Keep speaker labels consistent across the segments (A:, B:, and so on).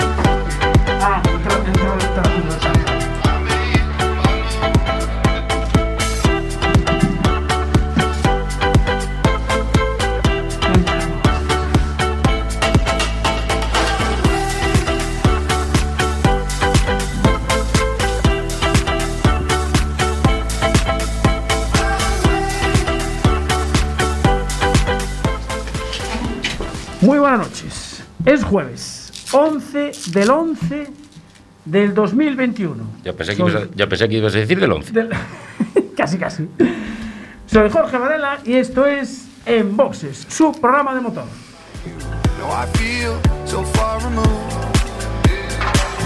A: Ah, entra, entra, entra, entra, entra. Muy buenas noches. Es jueves, 11 del 11 del 2021.
B: Yo pensé, que ibas a, yo pensé que ibas a decir del 11.
A: Del- casi, casi. Soy Jorge Varela y esto es En Boxes, su programa de motor.
C: No, I feel so far removed.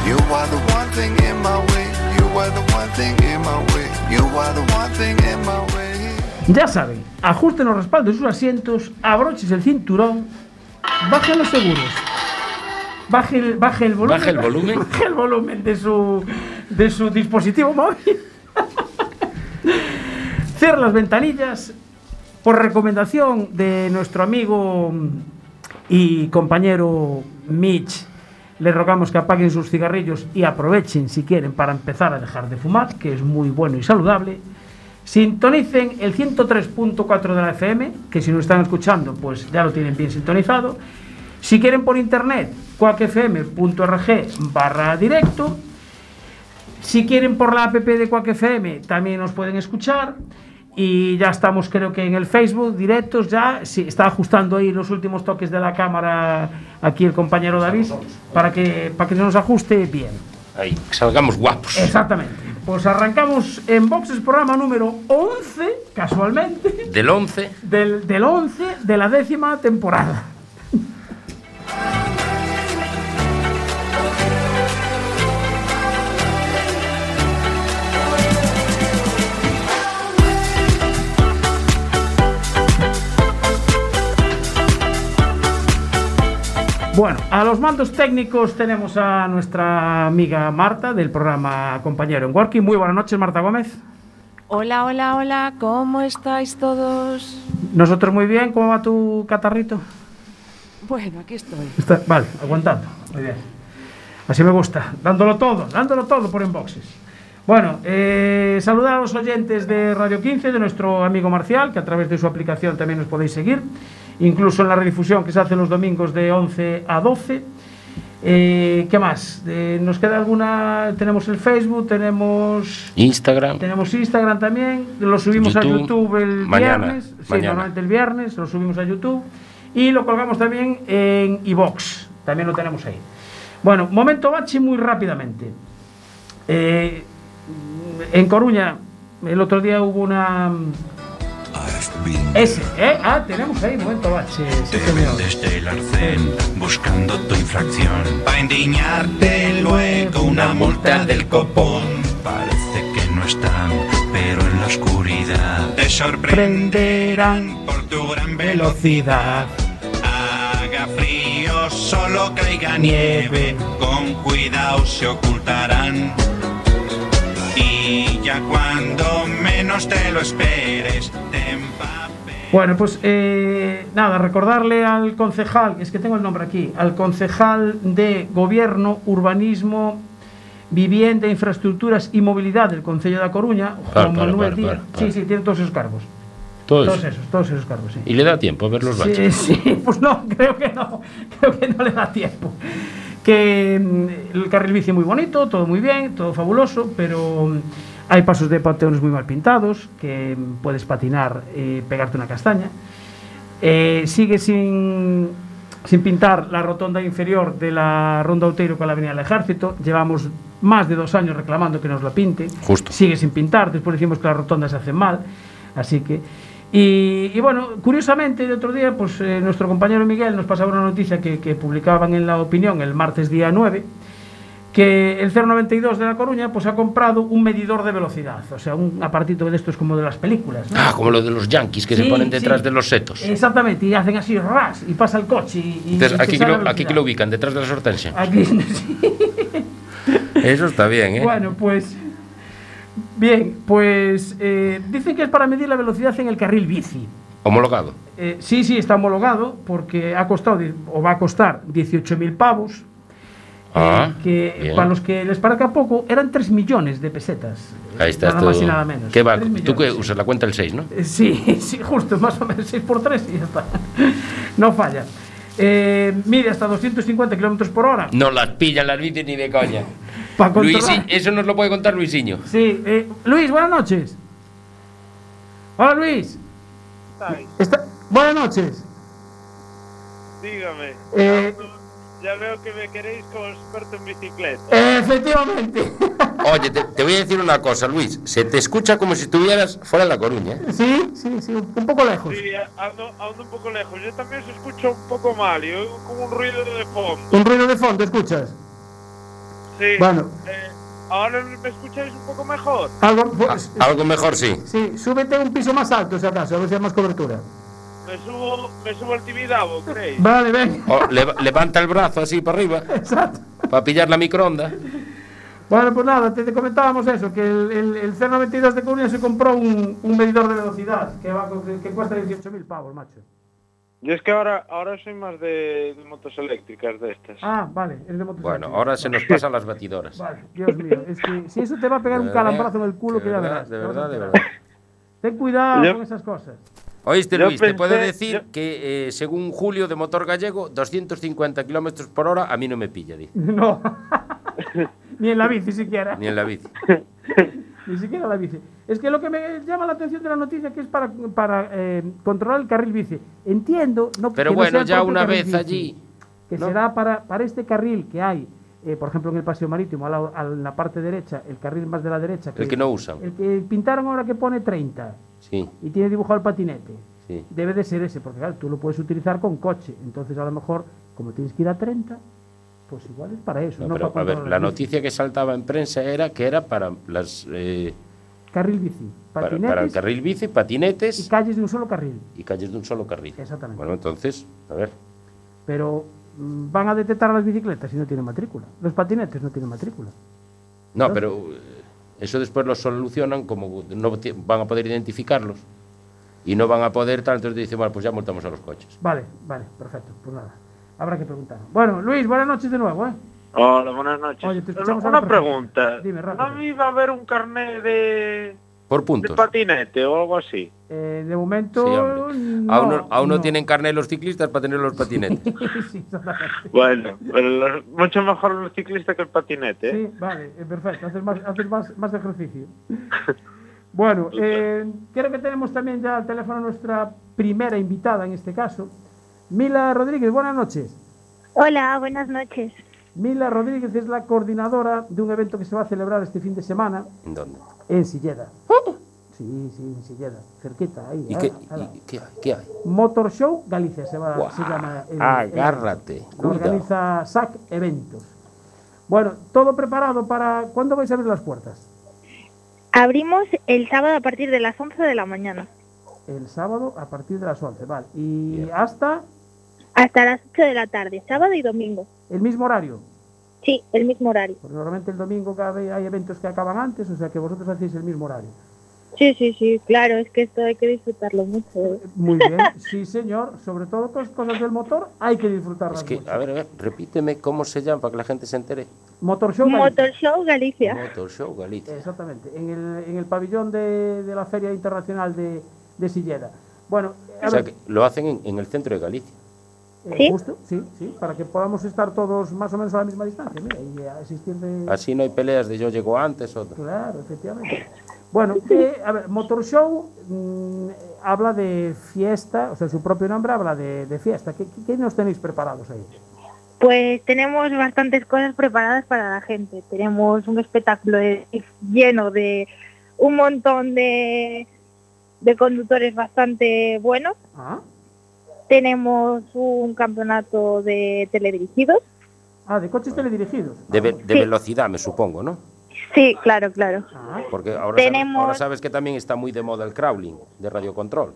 C: You are the one thing in my way. You are the one thing in my way. You are the one thing in my way.
A: Ya saben, ajusten los respaldos de sus asientos, abroches el cinturón, bajen los seguros, baje el, baje el volumen.
B: Baje el volumen.
A: baje el volumen de su, de su dispositivo móvil. Cierra las ventanillas por recomendación de nuestro amigo y compañero Mitch. Les rogamos que apaguen sus cigarrillos y aprovechen si quieren para empezar a dejar de fumar, que es muy bueno y saludable. Sintonicen el 103.4 de la FM, que si no están escuchando, pues ya lo tienen bien sintonizado. Si quieren por internet, cuacfm.org barra directo. Si quieren por la app de Quack FM, también nos pueden escuchar. Y ya estamos, creo que en el Facebook, directos ya. Sí, está ajustando ahí los últimos toques de la cámara aquí el compañero David para que, para que se nos ajuste bien.
B: Ahí, que salgamos guapos.
A: Exactamente. Pues arrancamos en Boxes, programa número 11, casualmente,
B: Del 11.
A: del, del 11 de la décima temporada. Bueno, a los mandos técnicos tenemos a nuestra amiga Marta del programa Compañero en Working. Muy buenas noches, Marta Gómez.
D: Hola, hola, hola, ¿cómo estáis todos?
A: Nosotros muy bien, ¿cómo va tu catarrito?
D: Bueno, aquí estoy.
A: Está- vale, aguantando. Muy bien. Así me gusta. Dándolo todo, dándolo todo por inboxes. Bueno, eh, saludar a los oyentes de Radio 15, de nuestro amigo Marcial, que a través de su aplicación también nos podéis seguir, incluso en la redifusión que se hace los domingos de 11 a 12. Eh, ¿Qué más? Eh, ¿Nos queda alguna? Tenemos el Facebook, tenemos...
B: Instagram.
A: Tenemos Instagram también, lo subimos a
B: YouTube,
A: YouTube el
B: mañana,
A: viernes, sí,
B: mañana.
A: normalmente el viernes lo subimos a YouTube y lo colgamos también en iBox, también lo tenemos ahí. Bueno, momento bache muy rápidamente. Eh, en Coruña el otro día hubo una
E: I've been
A: S, ¿eh? Ah, tenemos ahí momento bache. sí,
E: te ven
A: señor.
E: desde el arcén buscando tu infracción. Pa' endiñarte luego una multa del copón. Parece que no están, pero en la oscuridad te sorprenderán por tu gran velocidad. Haga frío, solo caiga nieve, con cuidado se ocultarán. Y ya cuando menos te lo esperes, te empapes.
A: Bueno, pues eh, nada, recordarle al concejal, es que tengo el nombre aquí, al concejal de Gobierno, Urbanismo, Vivienda, Infraestructuras y Movilidad del Concello de A Coruña,
B: Para,
A: Juan
B: para,
A: Manuel
B: para,
A: Díaz.
B: para, para.
A: Sí, sí, tiene todos esos cargos.
B: Todo
A: Todos
B: eso.
A: esos, todos esos cargos, sí.
B: Y le da tiempo a ver los baches.
A: Sí, sí, pues no, creo que no, creo que no le da tiempo. Que mm, el carril bici muy bonito, todo muy bien, todo fabuloso, pero mm, hay pasos de panteones muy mal pintados, que mm, puedes patinar y pegarte una castaña. Eh, sigue sin, sin pintar la rotonda inferior de la Ronda Outeiro con la Avenida del Ejército. Llevamos más de dos años reclamando que nos la pinte.
B: Justo.
A: Sigue sin pintar. Después decimos que las rotondas se hacen mal. Así que. Y, y bueno, curiosamente, el otro día, pues eh, nuestro compañero Miguel nos pasaba una noticia que, que publicaban en La Opinión el martes día 9, que el 092 de La Coruña pues ha comprado un medidor de velocidad, o sea, un apartito de estos como de las películas. ¿no?
B: Ah, como lo de los yankees que se
A: Sí,
B: ponen detrás
A: sí.
B: de los setos.
A: Exactamente, y hacen así ras, y pasa el coche. Y, y
B: Entonces,
A: se
B: aquí que,
A: sabe
B: lo,
A: la
B: aquí que lo
A: velocidad.
B: ubican, detrás de las hortensias.
A: Aquí, sí.
B: Eso está bien, ¿eh?
A: Bueno, pues. Bien, pues eh, dicen que es para medir la velocidad en el carril bici.
B: Homologado.
A: Eh, sí, sí, está homologado porque ha costado di- o va a costar 18.000 pavos, eh,
B: Ah,
A: que
B: bien.
A: para los que les parezca poco eran 3 millones de pesetas.
B: Ahí estás
A: nada
B: tú.
A: más y nada menos.
B: ¿Qué va?
A: 3
B: Tú que
A: millones, sí.
B: usas la cuenta el 6, ¿no?
A: Eh, Sí, sí, justo, más o menos 6 por 3 y ya está. No falla. Eh, mide hasta 250 kilómetros por hora.
B: No las pillan las bicis ni de coña.
A: Para
B: Luisi-
A: controlar.
B: eso nos lo puede contar Luisinho.
A: Sí, eh, Luis, buenas noches. Hola, Luis. Está- Buenas noches.
F: Dígame,
A: Eh,
F: ya veo que me queréis como experto en bicicleta.
A: eh, efectivamente.
B: Oye, te, te voy a decir una cosa, Luis. Se te escucha como si estuvieras fuera de La Coruña. ¿eh?
A: Sí, sí, sí, un poco lejos.
F: Sí, a- ando, ando un poco lejos. Yo también os escucho un poco mal y oigo como un ruido de fondo.
A: Un ruido de fondo, ¿escuchas?
F: Sí.
A: Bueno.
F: eh, ¿Ahora me escucháis un poco mejor?
A: Algo,
B: Ah,
A: pues,
B: Algo mejor sí.
A: sí, súbete un piso más alto, si acaso, a ver si hay más cobertura.
F: Me subo, me subo al Tibidabo, ¿creéis?
A: Vale, ven.
B: O Oh, leva- levanta el brazo así para arriba
A: Exacto.
B: para pillar la microonda.
A: Bueno, pues nada, te, te comentábamos eso, que el, el, el 092 de Coruña se compró un, un medidor de velocidad que, va, con- que, que cuesta 18.000 pavos, macho.
F: Yo es que ahora, ahora soy más de, de motos eléctricas de estas.
A: Ah, vale, es de motos.
B: Bueno, ahora se nos pasan las batidoras.
A: Vale, Dios mío, es que si eso te va a pegar un
B: De verdad,
A: calambrazo en el culo
B: de
A: que ya
B: verdad,
A: verás.
B: De
A: te vas a
B: verdad, de
A: enterar.
B: verdad.
A: Ten cuidado
F: Yo-
A: con esas cosas.
B: Oíste,
F: Yo
B: Luis, te puedo
F: pensé-
B: decir
F: yo-
B: que eh, según Julio de Motor Gallego, 250 kilómetros por hora a mí no me pilla, di,
A: No. Ni en la bici siquiera.
B: ni en la bici.
A: Ni siquiera la bici. Es que lo que me llama la atención de la noticia que es para, para eh, controlar el carril bici. Entiendo, no que
B: Pero
A: no sea
B: bueno,
A: el
B: ya
A: propio
B: una
A: carril
B: vez
A: bici,
B: allí.
A: Que
B: ¿no?
A: será para, para este carril que hay, eh, por ejemplo, en el paseo marítimo, a la, a la parte derecha, el carril más de la derecha.
B: El que no usan.
A: El que pintaron ahora que pone 30
B: Sí,
A: y tiene dibujado el patinete.
B: sí.
A: Debe de ser ese, porque claro, tú lo puedes utilizar con coche. Entonces, a lo mejor, como tienes que ir a 30, pues igual es para eso.
B: No,
A: No,
B: pero,
A: para
B: a ver,
A: controlar
B: la
A: el bici.
B: noticia que saltaba en prensa era que era para las eh,
A: Carril bici,
B: para,
A: patinetes
B: para el carril bici,
A: y
B: patinetes
A: calles de un solo carril.
B: y calles de un solo carril.
A: Exactamente.
B: Bueno, entonces, a ver.
A: Pero mm, van a detectar las bicicletas si no tienen matrícula. Los patinetes no tienen matrícula.
B: No, pero eh, eso después lo solucionan como no ti- van a poder identificarlos y no van a poder tal, entonces dicen, bueno, pues ya multamos a los coches.
A: Vale, vale, perfecto. Pues nada, habrá que preguntar. Bueno, Luis, buenas noches de nuevo, ¿eh?
F: Hola, buenas noches.
A: Oye, te
F: una
A: escuchamos
F: una
A: ahora, perfecto.
F: pregunta.
A: Dime, rápido.
F: ¿No iba a haber un carnet de,
B: Por
F: de
B: puntos.
F: patinete o algo así?
A: Eh, de
B: Sí,
A: momento.
B: hombre.
A: no,
B: aún no, aún no
A: no.
B: tienen carnet los ciclistas para tener los patinetes.
A: sí, exactamente.
F: Bueno, pero los- mucho mejor los ciclistas que el patinete. ¿eh?
A: Sí, vale, eh, perfecto. Haces más, haces más, más ejercicio. Bueno, eh, creo que tenemos también ya al teléfono nuestra primera invitada en este caso, Mila Rodríguez. Buenas noches.
G: Hola, buenas noches.
A: Mila Rodríguez es la coordinadora de un evento que se va a celebrar este fin de semana
B: ¿En dónde?
A: en Silleda.
G: ¿Eh?
A: Sí, sí, en Silleda, cerquita, ahí.
B: ¿Y
A: ala,
B: qué,
A: ala.
B: y qué hay? ¿Qué hay?
A: Motor Show Galicia se, va,
B: Guau, Ah,
A: se llama. el- el-
B: agárrate,
A: lo
B: cuidado.
A: Eh, organiza SAC Eventos. Bueno, todo preparado para... ¿Cuándo vais a abrir las puertas?
G: Abrimos el sábado a partir de las 11 de la mañana
A: El sábado a partir de las 11, vale. Y
B: Bien.
A: hasta
G: hasta las 8 de la tarde, sábado y domingo.
A: el mismo horario.
G: Sí, el mismo horario.
A: Porque normalmente el domingo cada vez hay eventos que acaban antes, o sea que vosotros hacéis el mismo horario.
G: Sí, sí, sí, claro, es que esto hay que disfrutarlo mucho. ¿eh?
A: Muy bien, sí señor. Sobre todo con las cosas del motor hay que disfrutarlas
B: Es que, ah.
A: mucho.
B: a ver, a ver, repíteme cómo se llama para que la gente se entere.
A: Motor Show Galicia.
G: Motor Show Galicia.
B: Motor Show Galicia.
A: Exactamente, en el, en el pabellón de, de la Feria Internacional de, de Silleda. Bueno, a
B: O sea,
A: ver,
B: que lo hacen en, en el centro de Galicia.
A: eh,
G: ¿Sí?
A: justo, sí, sí, para que podamos estar todos más o menos a la misma distancia, mira, y eh, asistir de,
B: Así no hay peleas de yo llego antes o...
A: Claro, efectivamente. Bueno, eh, a ver, Motor Show mm, habla de fiesta, o sea, su propio nombre habla de, de fiesta. ¿Qué, qué- qué nos tenéis preparados ahí?
G: Pues tenemos bastantes cosas preparadas para la gente. Tenemos un espectáculo de- lleno de un montón de de conductores bastante buenos.
A: Ah,
G: Tenemos un campeonato de teledirigidos.
A: ah, de coches teledirigidos.
B: De, ve- de
G: Sí.
B: velocidad, me supongo, ¿no?
G: Sí, claro, claro.
A: Ah,
B: Porque ahora, sabes,
G: Tenemos-
B: ahora sabes que también está muy de moda el crawling de radiocontrol.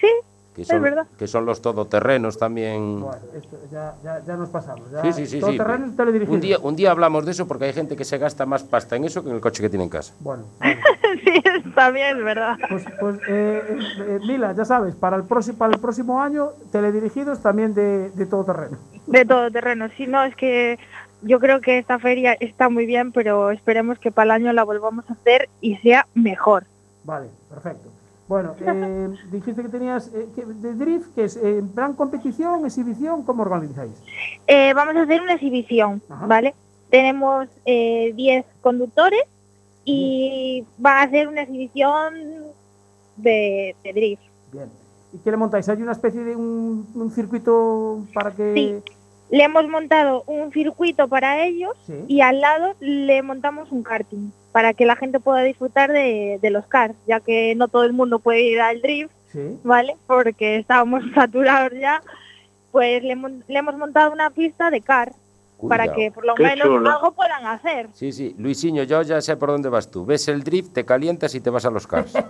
G: Sí,
B: Que
G: Es
B: son,
G: verdad.
B: que son los todoterrenos también.
A: bueno, esto ya, ya, ya nos pasamos. Ya
B: Sí, sí, sí.
A: todo
B: sí.
A: terreno es teledirigido.
B: Un, día, un día hablamos de eso porque hay gente que se gasta más pasta en eso que en el coche que tiene en casa.
A: Bueno, vale.
G: sí, también es verdad.
A: pues, pues eh, eh, eh, Mila, ya sabes, para el, próximo, para el próximo año, teledirigidos también de, de todo terreno.
G: De todo terreno. Sí, no, es que yo creo que esta feria está muy bien, pero esperemos que para el año la volvamos a hacer y sea mejor.
A: Vale, perfecto. Bueno, eh, dijiste que tenías eh, que- de drift, que es eh, en plan competición, exhibición, ¿cómo organizáis?
G: Eh, vamos a hacer una exhibición,
A: Ajá.
G: ¿vale? Tenemos eh, 10 conductores y va a ser una exhibición de, de drift.
A: Bien. ¿Y qué le montáis? ¿Hay una especie de un, un circuito para que...?
G: Le hemos montado un circuito para ellos
A: Sí.
G: y al lado le montamos un karting para que la gente pueda disfrutar de, de los cars, ya que no todo el mundo puede ir al drift,
A: Sí.
G: ¿vale? Porque estábamos saturados ya. Pues le, mon- le hemos montado una pista de car para
B: Cuidado.
G: que por lo
F: Qué
G: menos
F: chulo.
G: algo puedan hacer.
B: Sí, sí. Luisinho, yo ya sé por dónde vas tú. Ves el drift, te calientas y te vas a los cars. ¿A,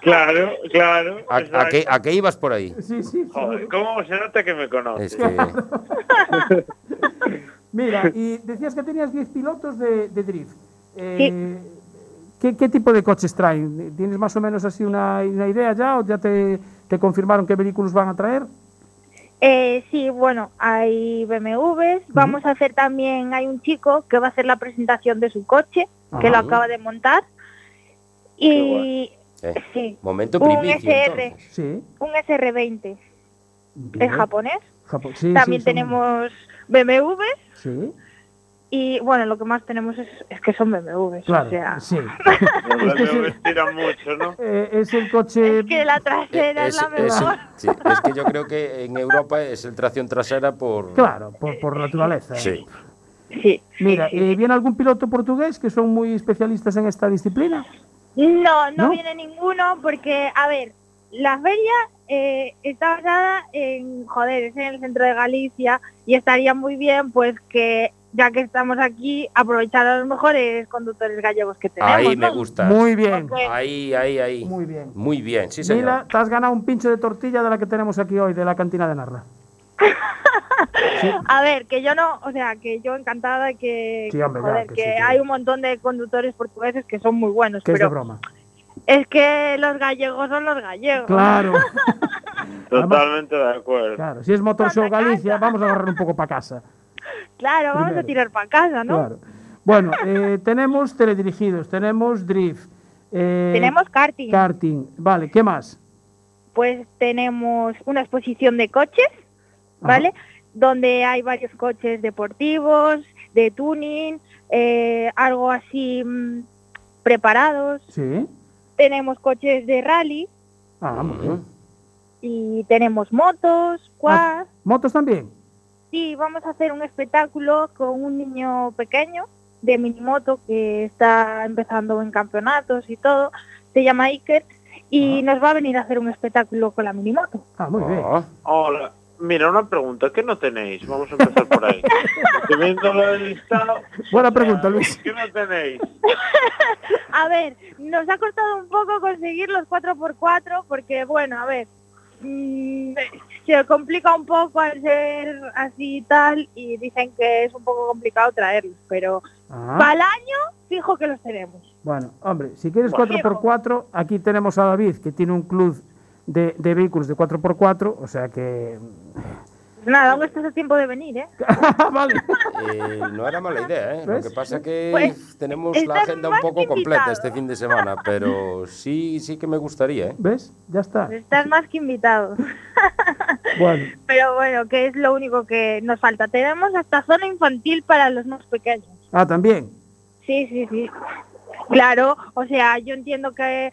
F: Claro, claro.
B: a qué, a qué ibas por ahí?
A: Sí, sí.
F: Joder,
A: seguro.
F: ¿cómo se nota que me conoces?
B: Es que-
A: Mira, y decías que tenías 10 pilotos de, de drift. Eh, ¿qué, qué tipo de coches traen? ¿Tienes más o menos así una, una idea ya o ya te, te confirmaron qué vehículos van a traer?
G: Eh, sí, bueno, hay BMWs, vamos a hacer también, hay un chico que va a hacer la presentación de su coche, que lo
B: Ajá.
G: acaba de montar, y
B: Eh,
G: sí,
B: momento
G: Un
B: primicio,
G: SR.
B: entonces.
A: Sí.
G: un SR20
A: Bien.
G: es japonés,
A: Japón. Sí,
G: también
A: sí, son-
G: tenemos BMWs,
A: Sí,
G: y bueno, lo que más tenemos es, es que son BMWs,
A: claro.
G: o sea,
A: Sí.
F: Los
A: Es que sí.
F: BMWs tiran mucho, ¿no?
A: Eh, es el coche.
G: es que la
B: Eh,
G: trasera es,
B: es-
G: la
B: es el-
G: mejor.
B: sí, es que yo creo que en Europa es el tracción trasera por...
A: Claro, por, por naturaleza.
B: Sí.
G: Eh, Sí.
A: Mira, eh, ¿viene algún piloto portugués que son muy especialistas en esta disciplina?
G: No, no,
A: ¿No?
G: viene ninguno porque, a ver, la feria eh, está basada en, joder, es en el centro de Galicia y estaría muy bien pues que, ya que estamos aquí, aprovechar a los mejores conductores gallegos que tenemos.
B: Ahí me
G: ¿no?
B: gusta.
A: Muy bien,
G: Porque-
B: Ahí, ahí, ahí.
A: muy bien.
B: Muy bien, sí, señor.
A: Mira, te has ganado un pincho de tortilla de la que tenemos aquí hoy, de la cantina de Narra.
G: A ver, que yo no, o sea, que yo encantada de que,
A: Sí, hombre, ya,
G: joder,
A: que
G: que,
A: sí, que-
G: hay un montón de conductores portugueses que son muy buenos,
A: Que es de
G: pero
A: broma.
G: es que los gallegos son los gallegos.
A: Claro,
F: Totalmente de acuerdo.
A: claro. Si es Motor Show
G: Para
A: Galicia,
G: casa.
A: vamos a agarrar un poco para casa.
G: Claro, vamos
A: Primero.
G: a tirar para casa, ¿no?
A: Claro. Bueno, eh, tenemos teledirigidos, tenemos drift. eh,
G: Tenemos karting.
A: karting. Vale, ¿qué más?
G: pues tenemos una exposición de coches, ¿vale? Donde hay varios coches deportivos, de tuning, eh, algo así mm, preparados.
A: Sí.
G: Tenemos coches de rally
A: Ah,
B: Mm.
A: muy bien.
G: y tenemos motos, quad.
A: ¿Motos también?
G: Sí, vamos a hacer un espectáculo con un niño pequeño de minimoto que está empezando en campeonatos y todo. Se llama Iker y nos va a venir a hacer un espectáculo con la minimoto.
A: Ah, muy bien.
B: Ah,
F: Hola. Mira, una pregunta, ¿qué no tenéis? Vamos a empezar por ahí. Porque viendo lo del listado...
A: Buena
F: o sea,
A: pregunta, Luis.
F: ¿Qué no tenéis?
G: A ver, nos ha costado un poco conseguir los 4x4 porque, bueno, a ver, mm, se complica un poco al ser así y tal y dicen que es un poco complicado traerlos, pero
A: Ah.
G: para el año fijo que los tenemos.
A: Bueno, hombre, si quieres
G: Pues
F: Bueno.
A: 4x4, aquí tenemos a David, que tiene un club de, de vehículos de 4x4, o sea que...
G: Nada, aún estás a tiempo de venir, ¿eh?
A: ah, vale.
B: eh, no era mala idea, ¿eh? Lo
A: ¿Ves?
B: que pasa que
G: Pues,
B: tenemos la
G: estás
B: agenda un
G: más
B: poco completa
G: invitado.
B: este fin de semana, pero sí, sí que me gustaría, ¿eh?
A: ¿Ves? Ya está.
G: Estás más que invitado.
A: Bueno,
G: Pero bueno, que es lo único que nos falta. Tenemos hasta zona infantil para los más pequeños.
A: ah, también.
G: Sí, sí, sí. Claro, o sea, yo entiendo que,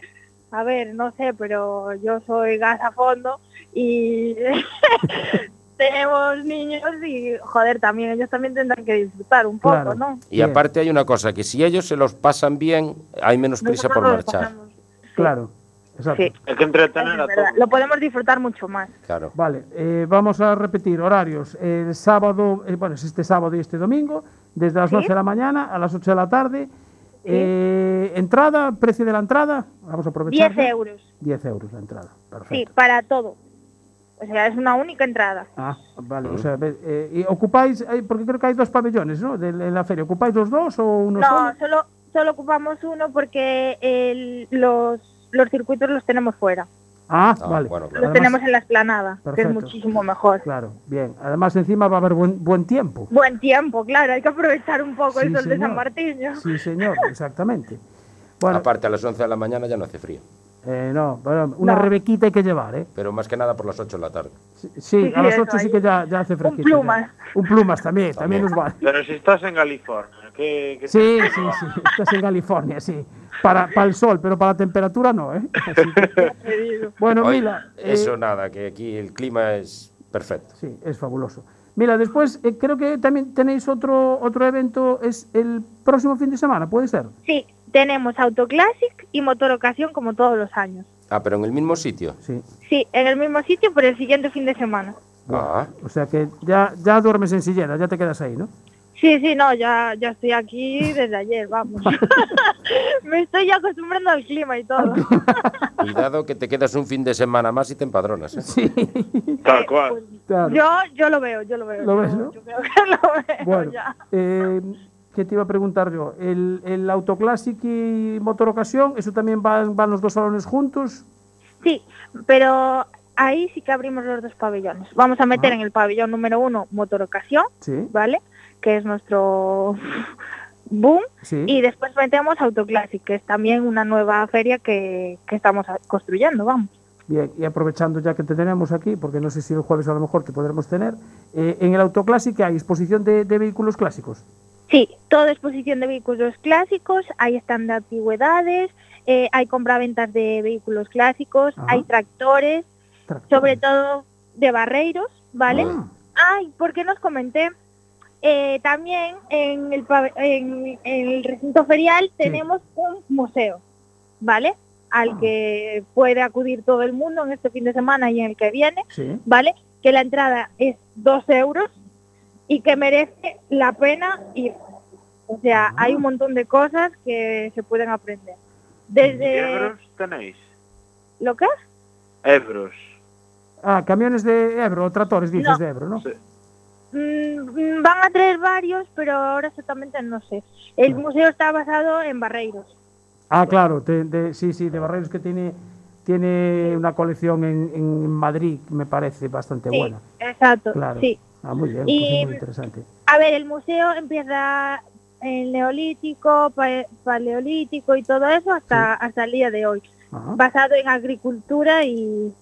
G: a ver, no sé, pero yo soy gas a fondo y tenemos niños y, joder, también ellos también tendrán que disfrutar un poco,
A: Claro.
G: ¿no?
B: Y
A: Bien.
B: aparte hay una cosa, que si ellos se los pasan bien, hay menos prisa
G: Nosotros
B: por
G: nos
B: marchar.
G: pasamos-
A: Claro, exacto.
G: Sí,
F: Hay que entretener
G: es
F: a
G: verdad.
F: todos.
G: Lo podemos disfrutar mucho más.
B: Claro.
A: Vale, eh, vamos a repetir horarios. El sábado, eh, bueno, es este sábado y este domingo, desde las
G: Sí.
A: 12 de la mañana a las 8 de la tarde. Eh, entrada, precio de la entrada, vamos a aprovechar.
G: 10 euros,
A: 10 euros la entrada,
G: sí,
A: perfecto.
G: para todo. O sea, es una única entrada.
A: Ah, vale, o
B: Mm.
A: sea, ve- eh, y ocupáis, eh, porque creo que hay dos pabellones, ¿no? De, de la feria, ¿ocupáis los dos o uno
G: No,
A: solo?
G: solo, solo ocupamos uno porque el- los, los circuitos los tenemos fuera.
A: Ah,
B: Ah,
A: vale.
B: bueno,
G: Los
B: claro.
A: Además-
G: tenemos en la esplanada, que es
A: Perfecto.
G: muchísimo mejor.
A: Claro, bien. Además, encima va a haber buen, buen tiempo.
G: Buen tiempo, claro, hay que aprovechar un poco
A: Sí,
G: el sol de
A: señor.
G: San Martín. ¿no?
A: Sí, señor, exactamente. Bueno,
B: Aparte, a las 11 de la mañana ya no hace frío,
A: eh, no, bueno, una
G: No.
A: rebequita hay que llevar, ¿eh?
B: pero más que nada por las 8 de la tarde.
A: Sí,
G: Sí,
A: a
G: sí,
A: las
G: eso
A: 8 sí
G: ahí.
A: que ya, ya hace fresquito. ya.
G: plumas.
A: Un plumas también, también nos vale.
F: Pero si estás en California, ¿qué, qué
A: Sí, sí, sí. Estás en California, sí. Para, para el sol, pero para la temperatura no, ¿eh? Así que- Bueno,
B: Hoy,
A: Mila. eh,
B: eso nada, que aquí el clima es perfecto.
A: Sí, es fabuloso. Mira, después eh, creo que también tenéis otro, otro evento, es el próximo fin de semana, ¿puede ser?
G: Sí, tenemos Autoclassic y Motor Ocasión como todos los años.
B: Ah, pero en el mismo sitio.
A: Sí.
G: Sí, en el mismo sitio por el siguiente fin de semana.
B: Ah,
A: O sea que ya, ya duermes en sillera, ya te quedas ahí, ¿no?
G: Sí, sí, no, ya, ya estoy aquí desde ayer, vamos. Me estoy ya acostumbrando al clima y todo.
B: cuidado que te quedas un fin de semana más y te empadronas. ¿eh?
A: Sí.
F: Tal cual.
A: Claro.
G: Pues, Yo, yo lo veo, yo lo veo.
A: Lo
G: yo-
A: ves, ¿no?
G: Yo creo que lo veo
A: Bueno,
G: ya.
A: eh, ¿qué te iba a preguntar yo? ¿El, el Autoclassic y Motor Ocasión, eso también van, van los dos salones juntos?
G: Sí, pero ahí sí que abrimos los dos pabellones. Vamos a meter
A: Ah.
G: en el pabellón número uno Motor Ocasión,
A: Sí,
G: ¿vale? Que es nuestro boom.
A: sí.
G: Y después metemos Autoclassic, que es también una nueva feria que, que estamos a- construyendo, vamos.
A: Bien, y aprovechando ya que te tenemos aquí, porque no sé si el jueves a lo mejor te podremos tener, eh, en el Autoclassic hay exposición de, de vehículos clásicos.
G: Sí, toda exposición de vehículos clásicos, hay stand de antigüedades, eh, hay compraventas de vehículos clásicos,
A: Ajá.
G: hay tractores, sobre todo de barreiros, ¿vale?
B: Ah.
G: Ay, porque nos comenté, eh, también en el, pabe- en- en el recinto ferial tenemos un museo, ¿vale? Al
A: Ah.
G: que puede acudir todo el mundo en este fin de semana y en el que viene,
A: Sí.
G: ¿vale? Que la entrada es 2 euros y que merece la pena ir. O sea,
A: Ah.
G: hay un montón de cosas que se pueden aprender. Desde
F: Ebros tenéis?
G: lo que
F: Ebros.
A: Ah, camiones de Ebro, tractores, dices
G: No.
A: de Ebro, ¿no?
F: Sí.
G: Mm, mm, van a traer varios, pero ahora exactamente no sé. El
A: Claro.
G: museo está basado en barreiros.
A: Ah, claro, te- de- sí, sí, de Barreiros que tiene, tiene una colección en, en Madrid, me parece bastante
G: Sí,
A: buena.
G: exacto.
A: Claro.
G: Sí.
A: Ah, muy bien,
G: Y-
A: pues es muy interesante.
G: A ver, el museo empieza el neolítico, pa- paleolítico y todo eso hasta, hasta el día de hoy.
A: Ajá.
G: Basado en agricultura y,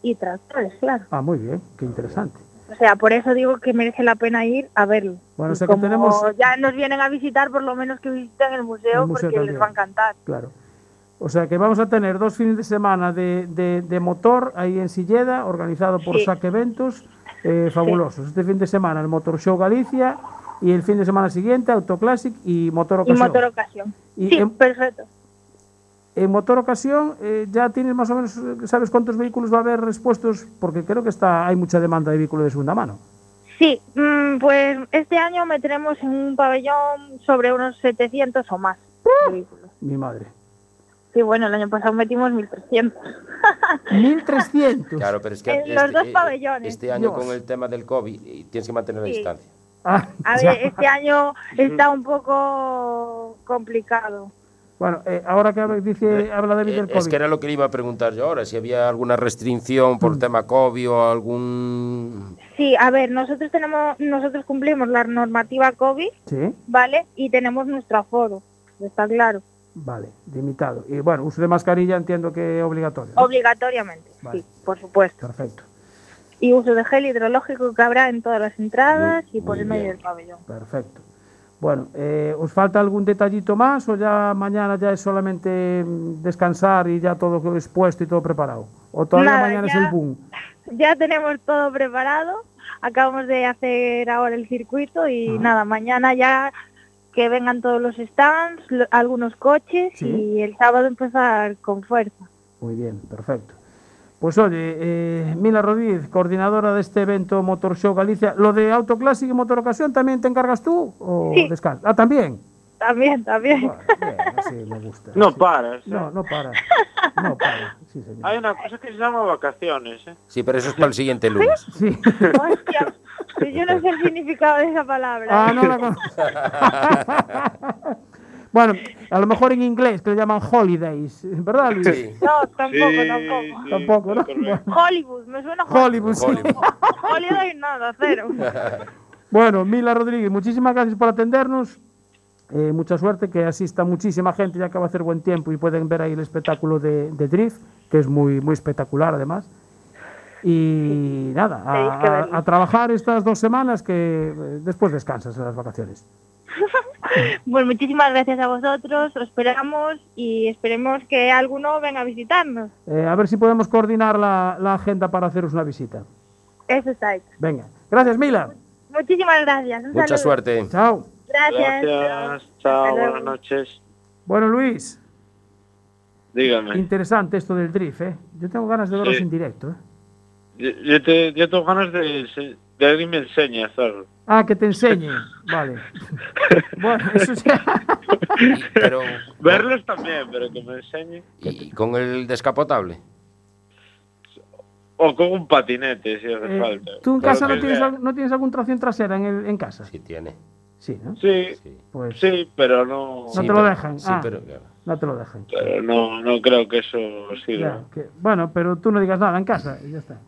G: y tractores, claro.
A: Ah, muy bien, qué interesante.
G: O sea, por eso digo que merece la pena ir a verlo.
A: Bueno, o
G: Y
A: sea que
G: como
A: tenemos-
G: ya nos vienen a visitar, por lo menos que visiten el museo,
A: El museo
G: porque
A: también.
G: les va a encantar.
A: Claro. O sea que vamos a tener dos fines de semana de, de- de motor ahí en Silleda, organizado por
G: Sí.
A: Saque Eventos, eh, fabulosos. Este fin de semana el Motor Show Galicia y el fin de semana siguiente Autoclassic y Motor
G: Y
A: Ocasión.
G: motor ocasión.
A: Y
G: sí,
A: en,
G: perfecto.
A: en Motor Ocasión eh, ya tienes más o menos, eh, ¿sabes cuántos vehículos va a haber respuestos? Porque creo que está hay mucha demanda de vehículos de segunda mano.
G: Sí, mm, pues este año meteremos en un pabellón sobre unos 700 o más
A: ¡Uh!
G: de vehículos.
A: Mi madre.
G: Sí, bueno, el año pasado metimos 1.300.
A: 1.300.
B: Claro, pero es que
G: En los dos
B: eh,
G: pabellones.
B: este año
A: Dios.
B: con el tema del COVID eh, tienes que mantener la
G: Sí.
B: distancia.
A: Ah,
G: A
A: ya.
G: ver, este año está un poco complicado.
A: Bueno, eh, ahora que habla- dice, habla David
B: Eh,
A: del COVID.
B: es que era lo que le iba a preguntar yo ahora, si había alguna restricción
A: Mm.
B: por tema COVID o algún...
G: Sí, a ver, nosotros tenemos, nosotros cumplimos la normativa COVID,
A: Sí.
G: ¿vale? Y tenemos nuestro aforo, está claro,
A: Vale, limitado. Y bueno, uso de mascarilla entiendo que obligatorio. ¿no?
G: obligatoriamente,
A: Vale.
G: sí, por supuesto.
A: Perfecto,
G: Y uso de gel hidrológico que habrá en todas las entradas
B: Muy-
G: y por
B: muy
G: el medio
B: bien.
G: del pabellón.
A: perfecto. Bueno, eh, ¿os falta algún detallito más o ya mañana ya es solamente mm, descansar y ya todo expuesto y todo preparado? ¿O todavía
G: Nada,
A: mañana es
G: ya-
A: el boom?
G: Ya tenemos todo preparado. Acabamos de hacer ahora el circuito y
A: Ah.
G: nada, mañana ya que vengan todos los stands, lo- algunos coches
A: Sí.
G: y el sábado empezar con fuerza.
A: Muy bien, perfecto. Pues oye, eh, Mila Rodríguez, coordinadora de este evento Motor Show Galicia, ¿lo de Autoclásico y Motor Ocasión también te encargas tú o
G: Sí.
A: descansas? Ah, también.
G: También, también.
A: Bueno, bien, así me gusta.
F: No
A: Sí.
F: paras. ¿eh?
A: No, no para. No para. Sí,
F: Hay
A: señor.
F: una cosa que se llama vacaciones. ¿eh?
B: Sí, pero eso es para el siguiente lunes.
A: Sí.
G: Hostia, pues yo no sé el significado de esa palabra. ¿eh?
A: Ah, no la conozco. bueno, a lo mejor en inglés, que le llaman holidays, ¿verdad, Luis?
B: Sí.
G: No, tampoco,
F: Sí,
G: tampoco.
F: sí,
A: Tampoco, ¿no?
F: correcto.
G: Hollywood, me suena
A: Hollywood, Pues sí.
B: Hollywood.
G: Holiday nada, cero.
A: Bueno, Mila Rodríguez, muchísimas gracias por atendernos. Eh, mucha suerte, que asista muchísima gente, ya que va a hacer buen tiempo y pueden ver ahí el espectáculo de, de Drift, que es muy, muy espectacular además. Y nada,
G: Tenéis que
A: a, a-
G: verlo.
A: a trabajar estas dos semanas que eh, después descansas en las vacaciones.
G: Bueno, Pues muchísimas gracias a vosotros, os esperamos y esperemos que alguno venga a visitarnos.
A: Eh, a ver si podemos coordinar la, la agenda para haceros una visita.
G: Eso está hecho.
A: Venga, gracias Mila.
G: Muchísimas gracias. Un
B: Mucha
G: saludo.
B: suerte.
A: Chao.
G: Gracias.
F: Gracias. Chao,
G: Hasta luego.
F: buenas noches.
A: Bueno Luis,
F: Dígame.
A: interesante esto del Drift, ¿eh? Yo tengo ganas de verlos
F: Sí.
A: en directo, ¿eh?
F: Yo, yo te, yo tengo ganas de, ense- de alguien me enseñe a hacerlo.
A: Ah, que te enseñe. Vale. bueno, eso ya.
B: Y- pero
F: Verlos también, pero que me enseñe.
B: y con el descapotable.
F: O con un patinete, si hace
A: Eh,
F: falta.
A: ¿Tú en
F: Pero
A: casa
F: que
A: no tienes,
F: sea.
A: al- no tienes algún tracción trasera en, el, en casa?
B: Sí tiene.
A: Sí, ¿no?
F: Sí,
B: Sí.
A: Pues
F: sí, pero no,
A: No
B: Sí,
A: te lo
B: pero-
A: dejan.
B: Sí,
A: Ah.
B: pero claro.
A: no te lo dejan.
F: pero no, no creo que eso
A: Ya,
F: sirva.
A: que- bueno, pero tú no digas nada en casa y ya está.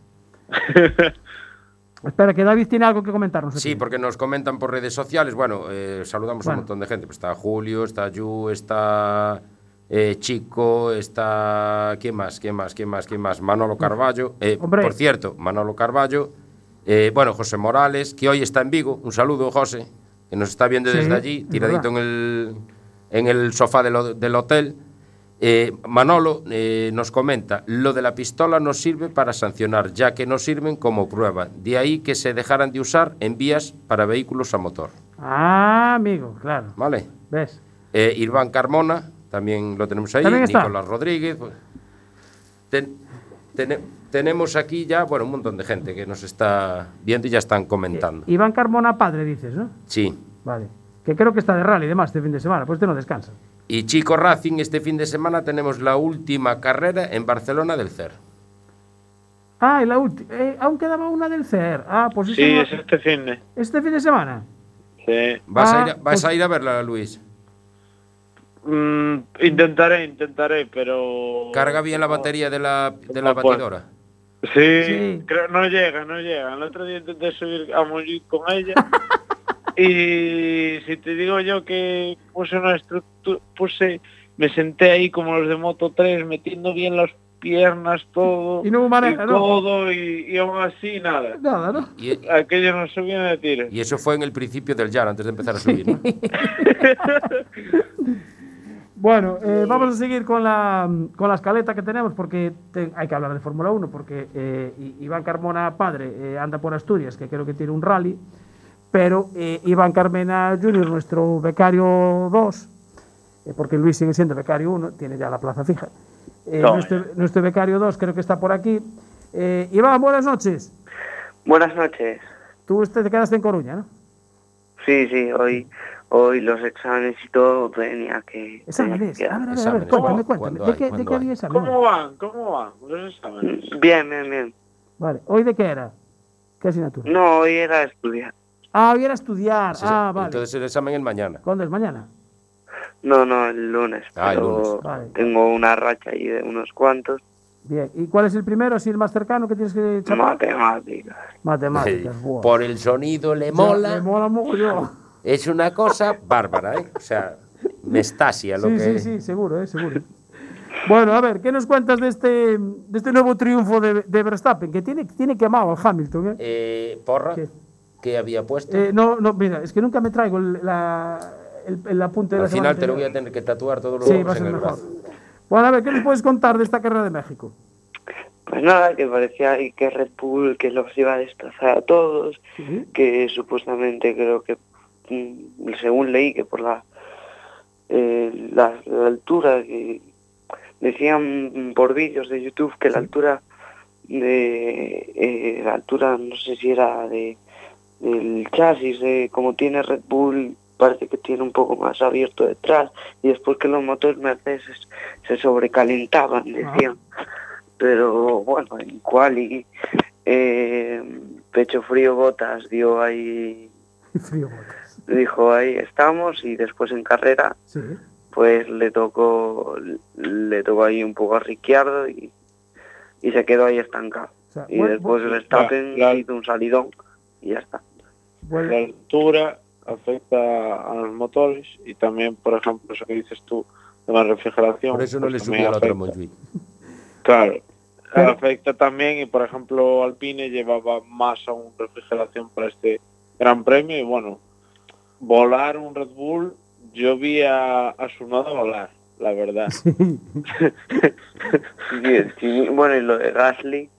A: Espera, que David tiene algo que comentarnos.
B: Sí,
A: aquí.
B: porque nos comentan por redes sociales. Bueno, eh, saludamos a
A: Bueno.
B: un montón de gente. Pues está Julio, está Yu, está eh, Chico, está. ¿Quién más? ¿Quién más? ¿Quién más? ¿Quién más? Manolo Carballo. Eh,
A: Hombre.
B: por cierto, Manolo Carballo. eh, bueno, José Morales, que hoy está en Vigo. Un saludo, José, que nos está viendo
A: Sí,
B: desde allí,
A: es
B: tiradito en el, en el sofá del ho- del hotel. Eh, Manolo eh, nos comenta, lo de la pistola no sirve para sancionar, ya que no sirven como prueba. De ahí que se dejaran de usar en vías para vehículos a motor.
A: Ah, amigo, claro.
B: ¿Vale?
A: ¿Ves?
B: Eh, Irván Carmona, también lo tenemos ahí.
A: También está.
B: Nicolás Rodríguez. pues. Ten- tene- tenemos aquí ya, bueno, un montón de gente que nos está viendo y ya están comentando.
A: Iván Carmona padre, dices, ¿no?
B: Sí.
A: Vale. Que creo que está de rally, además, este fin de semana. Pues este no descansa.
B: Y Chico Racing, este fin de semana tenemos la última carrera en Barcelona del CER.
A: Ah, y la última. aún quedaba una del CER. Ah, pues eso
F: Sí,
A: no-
F: es este cine.
A: este fin de semana.
F: Sí.
B: ¿Vas,
A: Ah,
B: a, ir a, vas
A: pues-
B: a ir a verla, Luis?
F: Mm, intentaré, intentaré, pero...
B: Carga bien la
F: No.
B: batería de la, de la
F: No puedo.
B: batidora.
F: Sí,
A: Sí.
F: creo- no llega, no llega. El otro día intenté subir a morir con ella. y si te digo yo que puse una estructura, puse, me senté ahí como los de Moto 3, metiendo bien las piernas, todo.
A: Y no hubo manera,
F: y
A: ¿no?
F: Todo, y, y aún así nada.
A: Nada, ¿no?
B: Y,
F: Aquello no subía ni a tiro.
B: y eso fue en el principio del Yar, antes de empezar a subir. ¿no?
A: Bueno, eh, vamos a seguir con la, con la escaleta que tenemos porque te- hay que hablar de Fórmula 1 porque eh, I- Iván Carmona padre eh, anda por Asturias, que creo que tiene un rally, pero eh, Iván Carmena Jr., nuestro becario 2, eh, porque Luis sigue siendo becario 1, tiene ya la plaza fija, eh,
H: Toma
A: nuestro, nuestro becario 2 creo que está por aquí. Eh, Iván, buenas noches.
H: Buenas noches.
A: Tú este, te quedaste en Coruña, ¿no?
H: Sí, sí, hoy, hoy los exámenes y todo tenía que... tenía que
A: Exámenes. Ah, A ver, a ver, a ver,
B: Exámenes.
A: cuéntame,
B: ¿Cómo?
A: cuéntame.
B: ¿Cuándo
A: ¿De
B: hay?
A: qué, de
B: ¿Cuándo
A: qué
B: hay?
A: había exámenes?
F: ¿Cómo van? ¿Cómo van? Los exámenes.
H: quedar. Bien, bien, bien.
A: Vale, ¿hoy de qué era? ¿Qué asignatura?
H: No, hoy era estudiar.
A: Ah, hoy era estudiar.
B: Sí,
A: Ah, vale.
B: Entonces el examen es mañana.
A: ¿Cuándo es mañana?
H: No, no, el lunes.
B: Ah, el
H: pero
B: lunes.
A: Vale.
H: Tengo una racha ahí de unos cuantos.
A: Bien. ¿Y cuál es el primero, así el más cercano que tienes que chapar?
H: Matemáticas.
A: Matemáticas.
B: Sí.
A: buah.
B: Por el sonido le mola.
A: Me mola mogollón.
B: Es una cosa bárbara, ¿eh? O sea, mestasia lo
A: Sí,
B: que...
A: sí, sí, seguro, eh, seguro. Bueno, a ver, ¿qué nos cuentas de este, de este nuevo triunfo de, de Verstappen? Que tiene, tiene quemado al Hamilton, ¿eh?
B: Eh, porra,
A: ¿Qué?
B: que había puesto.
A: Eh, No, no, mira, es que nunca me traigo el, la, el, el apunte de la
B: Al final
A: semana
B: te lo voy a
A: anterior.
B: tener que tatuar todos los
A: Sí, va a
B: huevos en
A: ser
B: el
A: mejor.
B: brazo.
A: Bueno, a ver, ¿qué nos puedes contar de esta carrera de México?
H: Pues nada, que parecía ahí que Red Bull que los iba a destrozar a todos,
A: Sí.
H: que supuestamente creo que mm, según leí que por la, eh, la, la altura, que decían por vídeos de YouTube que la altura de eh, la altura no sé si era de del chasis de como tiene Red Bull parece que tiene un poco más abierto detrás y después que los motores Mercedes se sobrecalentaban decían pero bueno en cual y pecho frío botas dio ahí
A: Frío botas.
H: dijo ahí estamos y después en carrera
A: Sí.
H: pues le tocó le tocó ahí un poco a Ricciardo y, y se quedó ahí estancado
A: O sea, pues,
H: y
A: vuel-
H: después
A: vuel-
H: Verstappen
F: La- la-
H: hizo un salidón y ya está
F: La
A: vuel-
F: altura afecta a los motores y también, por ejemplo, eso que dices tú de la refrigeración.
B: Por eso no
F: pues
B: le
F: también
B: subió la otra
F: afecta.
B: Montjuic.
F: Claro.
A: Pero-
F: Afecta también y, por ejemplo, Alpine llevaba más aún refrigeración para este Gran Premio y, bueno, volar un Red Bull, yo vi a, a Tsunoda volar, la verdad.
H: Y el chini- bueno y lo de Gasly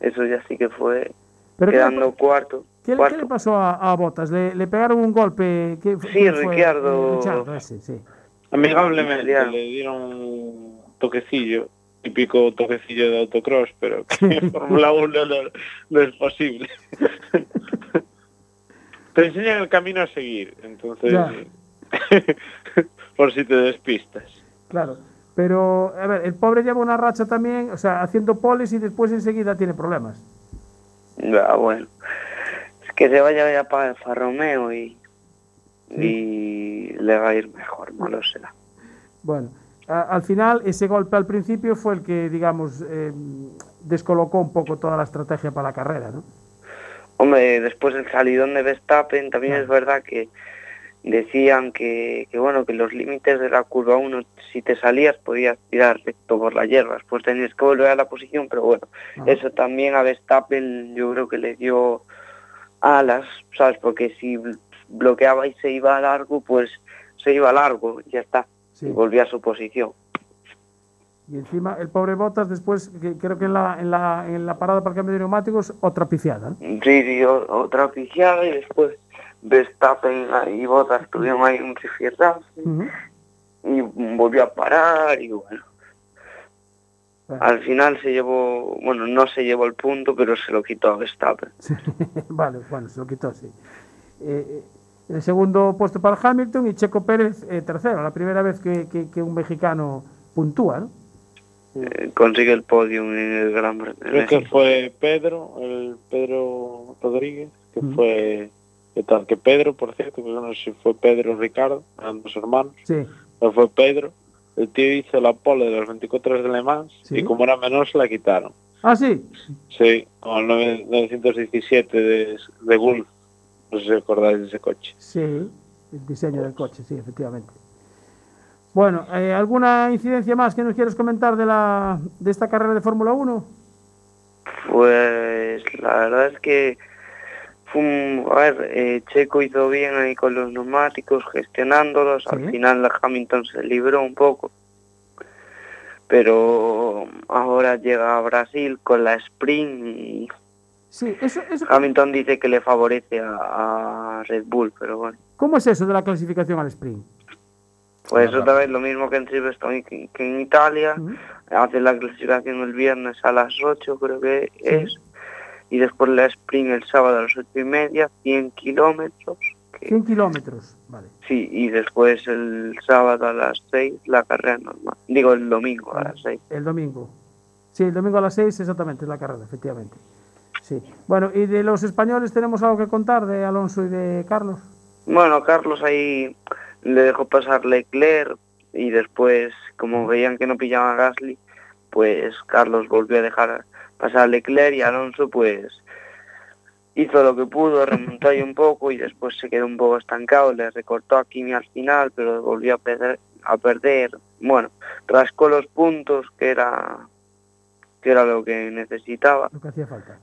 H: eso ya sí que fue
A: Pero ¿qué le-
H: quedando cuarto
A: ¿Qué, le-
H: cuarto
A: qué le pasó a, a Botas? ¿Le, le pegaron un golpe? ¿Qué fue-
H: Sí,
A: qué fue?
H: Ricciardo.
A: Eh, Richardo, ese, sí.
F: Amigablemente
H: Italiano.
F: le dieron un toquecillo, típico toquecillo de autocross, pero que en Fórmula 1 no, no es posible. te enseñan el camino a seguir, entonces,
A: Ya.
F: por si te despistas.
A: Claro. Pero, a ver, el pobre lleva una racha también, o sea, haciendo polis y después enseguida tiene problemas.
H: Ah, bueno. Es que se vaya ya para Alfa Romeo y, y le va a ir mejor, no lo será.
A: Bueno, a- al final ese golpe al principio fue el que, digamos, eh, descolocó un poco toda la estrategia para la carrera, ¿no?
H: Hombre, después el salidón de Verstappen, también
A: Ya.
H: es verdad que decían que, que, bueno, que los límites de la curva 1, si te salías podías tirar recto por la hierba, después tenías que volver a la posición, pero bueno,
A: Ajá.
H: eso también a Verstappen yo creo que le dio alas, ¿sabes? Porque si bl- bloqueaba y se iba largo, pues se iba largo, ya está,
A: Sí.
H: y volvía a su posición.
A: Y encima el pobre Botas después, que creo que en la, en la, en la parada para el cambio de neumáticos, otra piciada. ¿no?
H: Sí, sí, o- otra pijada y después Verstappen y Bottas tuvieron ahí un rifirrafe
A: Ujú.
H: y volvió a parar y bueno.
A: Bueno,
H: Al final se llevó, bueno, no se llevó el punto, pero se lo quitó a Verstappen.
A: vale, bueno, se lo quitó, sí. Eh, eh, el segundo puesto para Hamilton y Checo Pérez eh, tercero, la primera vez que, que- que un mexicano puntúa, ¿no?
H: Eh, Consigue el podium en el Gran
F: Creo que
H: Premio.
F: fue Pedro, el Pedro Rodríguez, que
A: Ujú.
F: fue... ¿Qué tal? Que Pedro, por cierto, porque no sé si fue Pedro o Ricardo, eran dos hermanos.
A: Sí,
F: Pero fue Pedro. El tío hizo la pole de los 24 de Le Mans
A: Sí.
F: y como era menor se la quitaron.
A: ah, sí,
F: Sí, con el 9- 917 de, de Gulf. No sé si acordáis de ese coche.
A: Sí, el diseño del coche, sí, efectivamente. Bueno, eh, ¿alguna incidencia más que nos quieres comentar de, la, de esta carrera de Fórmula 1?
H: Pues la verdad es que fue un, a ver, eh, Checo hizo bien ahí con los neumáticos, gestionándolos.
A: Sí.
H: Al final Hamilton se libró un poco. Pero ahora llega a Brasil con la sprint y
A: Sí, eso, eso,
H: Hamilton dice que le favorece a, a Red Bull, pero bueno.
A: ¿cómo es eso de la clasificación al sprint?
H: Pues
B: Claro.
H: otra vez lo mismo que en Silverstone y que, que en Italia.
A: Ujú.
H: Hace la clasificación el viernes a las 8 creo que es. Y después la sprint el sábado a las 8 y media, 100 kilómetros. que-
A: 100 kilómetros, vale.
H: Sí, y después el sábado a las 6 la carrera normal. Digo, el domingo a las 6.
A: El domingo. Sí, el domingo a las 6 exactamente es la carrera, efectivamente. Sí. Bueno, ¿y de los españoles tenemos algo que contar de Alonso y de Carlos?
H: Bueno, Carlos ahí le dejó pasar Leclerc y después, como veían que no pillaban a Gasly, pues Carlos volvió a dejar pasar a Leclerc y Alonso pues hizo lo que pudo, remontó ahí un poco y después se quedó un poco estancado, le recortó a Kimi al final, pero volvió a perder, a perder. Bueno, rascó los puntos que era que era lo que necesitaba
A: Lo que hacía falta.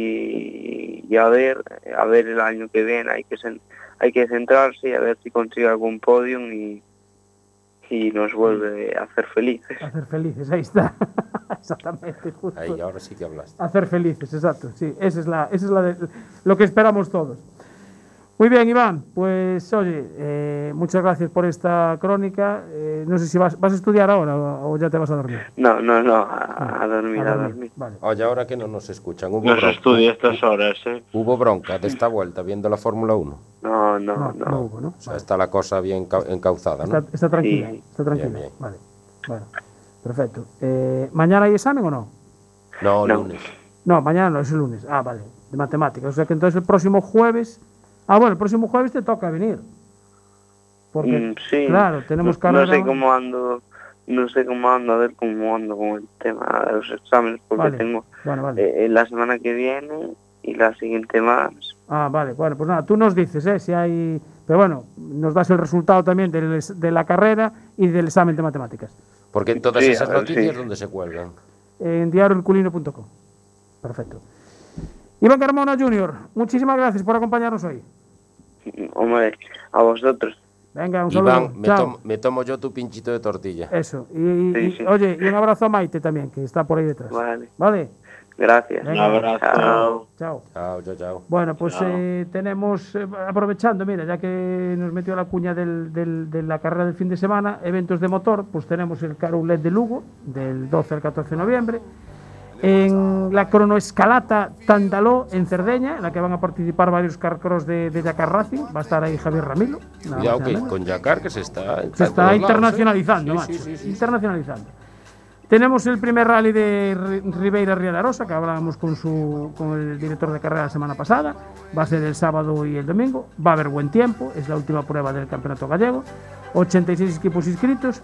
H: y, y a ver a ver el año que viene hay que cen- hay que centrarse y a ver si consigue algún podium y, y nos vuelve a hacer felices
A: Hacer felices, ahí está. exactamente, justo.
B: Ahí, ahora sí que hablaste.
A: Hacer felices, exacto. Sí, esa es la, esa es la de- lo que esperamos todos. Muy bien, Iván. Pues oye, eh, muchas gracias por esta crónica. Eh, no sé si vas, vas a estudiar ahora o, o ya te vas a dormir.
H: No, no, no, a, a dormir, a dormir.
A: Vale.
B: Oye, ahora que no nos escuchan, hubo,
F: No se
B: bronca,
F: estudia estas horas, ¿eh?
B: hubo bronca de esta vuelta viendo la Fórmula 1.
H: No,
A: No,
H: no,
A: no
H: no.
A: hubo, ¿no?
B: O sea, está la cosa bien ca- encauzada,
A: Está,
B: ¿no?
A: está tranquila,
H: Sí.
A: está tranquila.
B: Bien, bien.
A: Vale, vale. Perfecto. Eh, ¿Mañana hay examen o no?
B: No,
H: No.
B: lunes.
A: No, mañana no, es el lunes. Ah, vale, de matemáticas. O sea que entonces el próximo jueves. Ah, bueno, el próximo jueves te toca venir. Porque,
H: Mm, sí.
A: claro, tenemos
H: no, no
A: carrera-
H: sé cómo ando, no sé cómo ando, a ver cómo ando con el tema de los exámenes, porque
A: Vale.
H: tengo
A: Bueno, vale.
H: eh, eh, la semana que viene y la siguiente más.
A: Ah, vale, bueno, pues nada, tú nos dices, ¿eh? Si hay. Pero bueno, nos das el resultado también del es- de la carrera y del examen de matemáticas.
B: Porque en todas
H: Sí,
B: esas
H: a ver,
B: noticias,
H: sí.
B: ¿dónde se cuelgan?
A: En diarioelculino.com. Perfecto. Iván Carmona Jr., muchísimas gracias por acompañarnos hoy.
H: Mm, Hombre, a vosotros.
A: Venga, un saludo.
B: Iván, me,
A: Chao. Eh.
B: tom- me tomo yo tu pinchito de tortilla.
A: Eso. Y, y-
H: Sí,
A: y-
H: sí.
A: oye, y un abrazo a Maite también, que está por ahí detrás.
H: Vale,
A: Vale,
H: gracias.
A: Venga.
F: Un abrazo.
H: Chao.
A: chao.
B: Chao, chao, chao.
A: Bueno, pues
F: Chao.
A: eh, tenemos, eh, aprovechando, mira, ya que nos metió la cuña del- del- de la carrera del fin de semana, eventos de motor, pues tenemos el Caroulet de Lugo, del 12 al 14 de noviembre. En la cronoescalata Tandaló, en Cerdeña, en la que van a participar varios carcross de, de Dakar Racing, va a estar ahí Javier Ramilo. nada
B: Cuidado
A: más y
B: que
A: nada menos.
B: con Yacar que se está...
A: Se
B: en
A: está
B: todos lados, ¿eh?
A: internacionalizando,
B: Sí,
A: macho.
B: sí, sí, sí.
A: internacionalizando. Tenemos el primer rally de Ri- Ribeira Rialarosa, que hablábamos con, su, con el director de carrera la semana pasada. Va a ser el sábado y el domingo. Va a haber buen tiempo, es la última prueba del campeonato gallego. 86 equipos inscritos.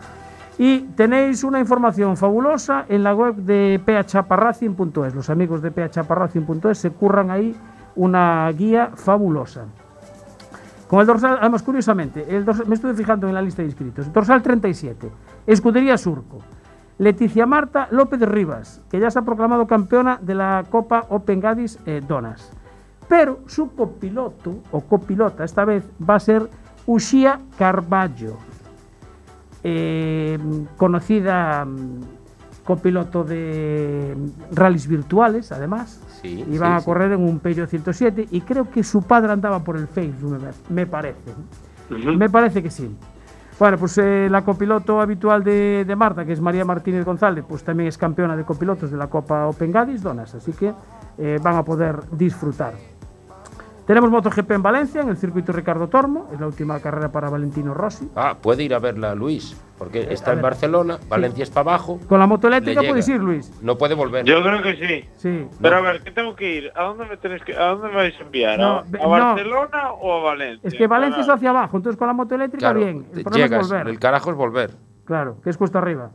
A: Y tenéis una información fabulosa en la web de phaparracing.es. Los amigos de phaparracing.es se curran ahí una guía fabulosa. Con el dorsal, además curiosamente, el dorsal- me estuve fijando en la lista de inscritos. Dorsal 37, Escudería Surco. Leticia Marta López Rivas, que ya se ha proclamado campeona de la Copa Open Gadis eh, Donas. Pero su copiloto, o copilota esta vez, va a ser Ushia Carballo, eh, conocida mm, copiloto de mm, rallies virtuales, además.
B: Sí,
A: Iban
B: sí,
A: a
B: sí.
A: correr en un Peugeot 107 y creo que su padre andaba por el Facebook, me- me parece. Me parece que sí. Bueno, pues eh, la copiloto habitual de, de Marta, que es María Martínez González, pues también es campeona de copilotos de la Copa Open Gadis Donas, así que eh, van a poder disfrutar. Tenemos MotoGP en Valencia, en el circuito Ricardo Tormo, es la última carrera para Valentino Rossi.
B: Ah, puede ir a verla Luis, porque está en
A: ver.
B: Barcelona, Valencia es para abajo.
A: Con la moto
B: le
A: eléctrica
B: llega.
A: puedes ir, Luis.
B: No puede volver.
F: Yo creo que sí.
A: Sí.
F: Pero a ver, ¿qué tengo que ir? ¿A dónde me tenéis que, a dónde me vais a enviar?
A: No,
F: ¿A-
A: ve-
F: ¿A,
A: no.
F: Barcelona o a Valencia?
A: Es que Valencia
F: Para-
A: está hacia abajo, entonces con la moto eléctrica
B: Claro,
A: bien. El
B: te
A: problema
B: llegas,
A: es volver.
B: el carajo es volver.
A: Claro, que es cuesta arriba.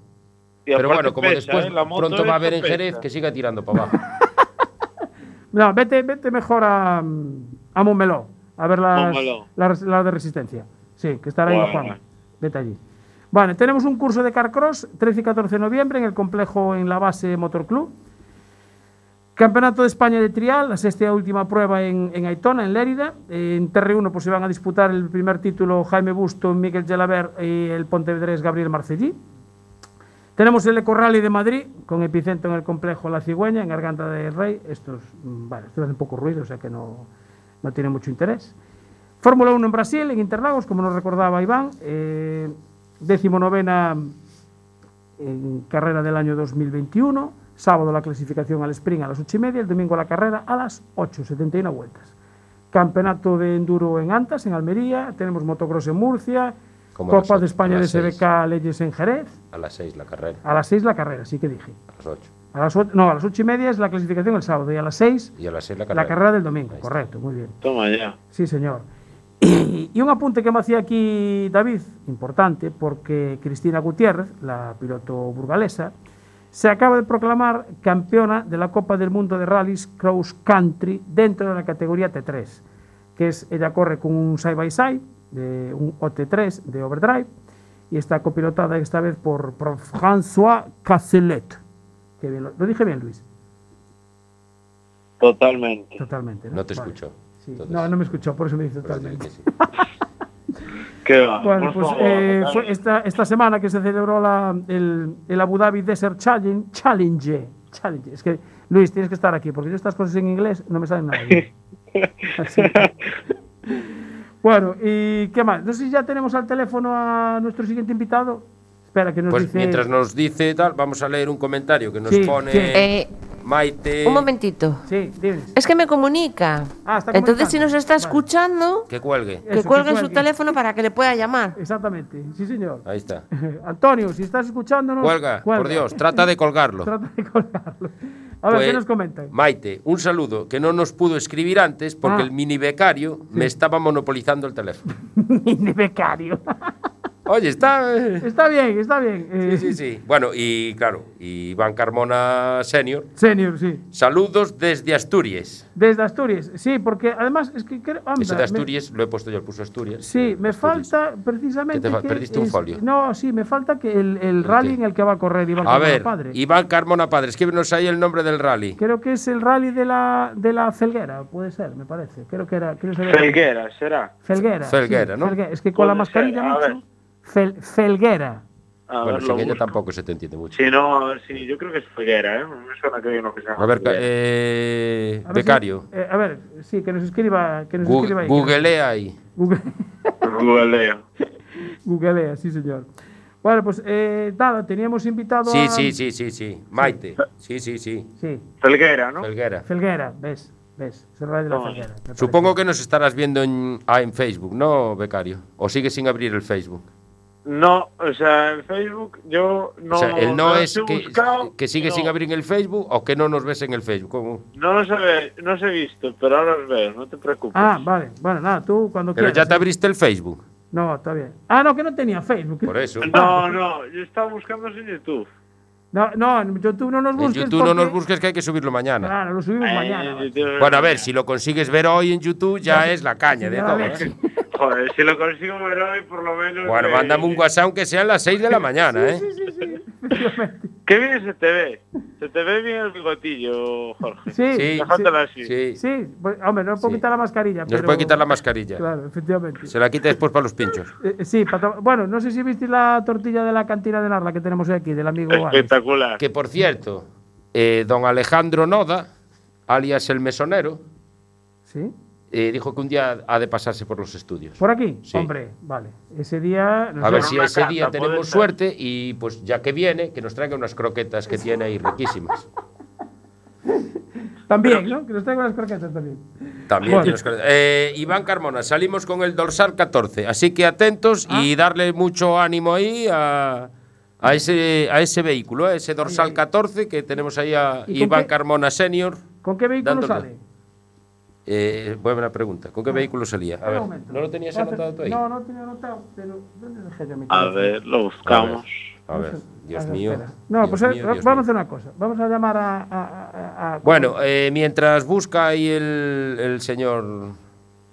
F: y
B: Pero
F: aparte
B: bueno, como
F: pesa,
B: después
F: ¿eh? La moto
B: pronto va a
F: esa
B: haber en
F: pesa.
B: Jerez que siga tirando para abajo.
A: No, vete, vete mejor a, mm, a Montmeló, a ver las,
F: Montmeló.
A: las- las de resistencia. Sí, que estará ahí
F: Bueno.
A: Juan. Vete allí. Vale, tenemos un curso de Carcross 13 y 14 de noviembre en el complejo en la base Motor Club. Campeonato de España de trial, la sexta y última prueba en, en Aitona, en Lérida. En TR1 pues, se van a disputar el primer título Jaime Busto, Miguel Gelaber y el Pontevedrés Gabriel Marcellí. Tenemos el Eco Rally de Madrid, con epicentro en el complejo La Cigüeña, en Garganta del Rey. Estos, mm, vale, estos hacen poco ruido, o sea que no, no tiene mucho interés. Fórmula 1 en Brasil, en Interlagos, como nos recordaba Iván. Eh, decimonovena en carrera del año 2021. Sábado la clasificación al sprint a las 8 y media, el domingo la carrera a las 8, 71 vueltas. Campeonato de enduro en Antas, en Almería. Tenemos motocross en Murcia.
B: Como
A: Copa
B: nosotros,
A: de España
B: a
A: de
B: las seis.
A: SBK Leyes en Jerez.
B: A las seis la carrera,
A: A las 6 la carrera, sí que dije.
B: a las ocho.
A: A las ocho- no, a las 8 y media es la clasificación el sábado y a las 6
B: Y a las seis la carrera.
A: la carrera del domingo.
B: Ahí está.
A: Correcto, muy bien.
F: Toma ya.
A: Sí, señor. Y, un apunte que me hacía aquí David, importante, porque Cristina Gutiérrez, la piloto burgalesa, se acaba de proclamar campeona de la Copa del Mundo de Rallys Cross Country dentro de la categoría T3, que es ella corre con un side-by-side, de un OT3 de Overdrive, y está copilotada esta vez por, por François Cazelet. Qué bien, lo, lo dije bien, Luis,
F: Totalmente.
A: totalmente.
B: No te
A: Vale.
B: escucho.
A: Sí.
B: Entonces,
A: No, no me escuchó, por eso me dice
B: pero diré
A: totalmente.
B: que Pues sí.
F: ¿Qué va?
A: Bueno,
F: Por
A: pues
F: favor,
A: eh,
F: dale.
A: fue esta, esta semana que se celebró la, el, el Abu Dhabi Desert Challenge, Challenge. Challenge. Es que, Luis, tienes que estar aquí, porque yo estas cosas en inglés no me salen nada. bien. Así que- Bueno, ¿y qué más? No sé si ya tenemos al teléfono a nuestro siguiente invitado. Espera, que nos
B: Pues
A: dice.
B: mientras nos dice tal, vamos a leer un comentario que nos
A: Sí,
B: pone
A: sí.
D: Eh,
B: Maite.
D: un momentito.
A: Sí, diles.
D: Es que me comunica.
A: Ah, está
D: Entonces,
A: comunicando.
D: si nos está
A: Vale.
D: escuchando,
B: Que cuelgue.
A: Eso,
D: que
A: que
D: cuelgue su
A: cuelgue.
D: teléfono para que le pueda llamar.
A: Exactamente, sí, señor.
B: Ahí está.
A: Antonio, si estás escuchándonos.
B: Cuelga, por Dios, trata de colgarlo.
A: Trata de colgarlo. A ver,
B: Pues,
A: ¿qué nos comentan?
B: Maite, un saludo que no nos pudo escribir antes porque
A: Ah.
B: el mini becario me estaba monopolizando el teléfono.
A: Mini becario.
B: Oye, está. eh,
A: está bien, está bien. eh,
B: Sí, sí, sí. Bueno, y claro, Iván Carmona Senior.
A: Senior, sí.
B: Saludos desde Asturias.
A: Desde Asturias. Sí, porque además es que creo. anda,
B: Eso de
A: me-
B: Asturias lo he puesto yo, el puso Asturias.
A: Sí,
B: eh,
A: me
B: Asturias.
A: falta precisamente.
B: ¿Qué te fa-
A: que
B: perdiste un folio?
A: No, sí, me falta que el, el rally
B: qué?
A: en el que va a correr Iván
B: A
A: Carmona
B: ver,
A: Padre.
B: Iván Carmona Padre, escríbenos ahí el nombre del rally.
A: Creo que es el rally de la, de la Celguera, puede ser, me parece. Creo que era. creo que era-
F: Felguera, será.
A: Felguera. sí,
B: Felguera, ¿no?
A: Felguera. Es que con la
F: Puede
A: mascarilla,
F: ser, a
A: macho,
F: ver.
A: Fel- Felguera.
F: A
B: Bueno,
F: ver,
B: sin
F: lo
B: ella
F: busco.
B: tampoco se te entiende mucho.
F: Si no, a ver si. Yo creo que es Felguera, ¿eh? Me suena que hay uno que se llama
B: A ver, ca-
F: Felguera.
B: eh,
A: A ver si-
B: becario,
A: eh, a ver, sí, que nos escriba, que nos
B: gu-
A: escriba ahí.
B: googlea ahí.
A: Google,
F: Googleo.
A: googlea, sí, señor. Bueno, pues eh, nada, teníamos invitado a.
B: Sí, sí, sí, sí, sí. Maite. Sí, sí, sí.
A: Sí,
F: Felguera, ¿no?
B: Felguera.
A: Felguera, ves, ves. Es el rally de la
F: Vamos.
A: Felguera. me parece.
B: Supongo que nos estarás viendo en, ah, en Facebook, ¿no, becario? ¿O sigue sin abrir el Facebook?
F: No, o sea, en Facebook yo no.
B: o sea, el no
F: los
B: es
F: he
B: que,
F: buscado,
B: que sigue
F: no.
B: sin abrir el Facebook o que no nos ves en el Facebook. ¿Cómo?
F: No los he, ve- no los he visto, pero ahora los veo, no te preocupes.
A: Ah, vale. Bueno, nada, tú cuando
B: Pero ya
A: quieras. ¿eh?
B: te abriste el Facebook,
A: No, está bien. Ah, no, que no tenía Facebook.
B: por eso.
F: No, no, yo estaba buscando en YouTube.
A: No, no, en YouTube no nos
B: En
A: busques.
B: YouTube no nos
A: porque-
B: busques que hay que subirlo mañana.
A: Claro, lo subimos
F: Eh,
A: mañana. macho.
F: YouTube-
B: Bueno, a ver, si lo consigues ver hoy en YouTube ya es la caña de
A: Ya
B: todo.
A: ves.
B: ¿eh?
F: Joder, si lo consigo ver hoy, por lo menos.
B: Bueno,
F: eh,
B: mándame un WhatsApp aunque sean las 6 de la mañana, ¿eh?
A: Sí, sí, sí, efectivamente.
F: Qué bien se te ve. Se te ve bien el bigotillo, Jorge.
A: Sí,
B: Sí,
F: Dejátelo así.
B: Sí.
A: Sí, pues, hombre, no puedo
B: Sí.
A: quitar la mascarilla.
B: Nos
A: pero-
B: puede quitar la mascarilla.
A: Claro, efectivamente.
B: Se la quita después para los pinchos.
A: Eh, eh, sí, para to- bueno, no sé si visteis la tortilla de la cantina de Narla que tenemos hoy aquí, del amigo Alex.
F: Espectacular.
B: Que por cierto, eh, don Alejandro Noda, alias el mesonero,
A: ¿Sí?
B: eh, dijo que un día ha de pasarse por los estudios.
A: ¿Por aquí?
B: Sí.
A: Hombre, vale. Ese día... no
B: A
A: sé,
B: ver si
F: una
B: ese día
F: carta, puede
B: tenemos
F: ser.
B: suerte y pues ya que viene, que nos traiga unas croquetas que tiene ahí riquísimas.
A: También, ¿no? Que nos traigan las croquetas también.
B: También
A: Bueno.
B: tiene unas croquetas. Eh, Iván Carmona, salimos con el dorsal 14, así que atentos
A: Ah.
B: y darle mucho ánimo ahí a, a ese, a ese vehículo, a ese dorsal 14 que tenemos ahí a
A: ¿Y con
B: Iván
A: qué-
B: Carmona Senior.
A: ¿Con qué vehículo
B: Dándole.
A: sale?
B: Eh, buena pregunta. ¿Con qué vehículo salía? A
A: Espera
B: ver,
A: Ah. un momento.
B: ¿no lo tenías
A: Va a hacer-
B: anotado tú ahí?
A: No, no lo tenía anotado, pero ¿dónde dejé yo mi
F: A
A: teléfono?
F: ver, lo buscamos.
B: A ver, Dios
A: Ah,
B: mío.
A: espera. No,
B: Dios
A: pues eh,
B: mío, Dios
A: vamos a
B: mío.
A: hacer una cosa. Vamos a llamar a... a- a- a-
B: Bueno, eh, mientras busca ahí el, el señor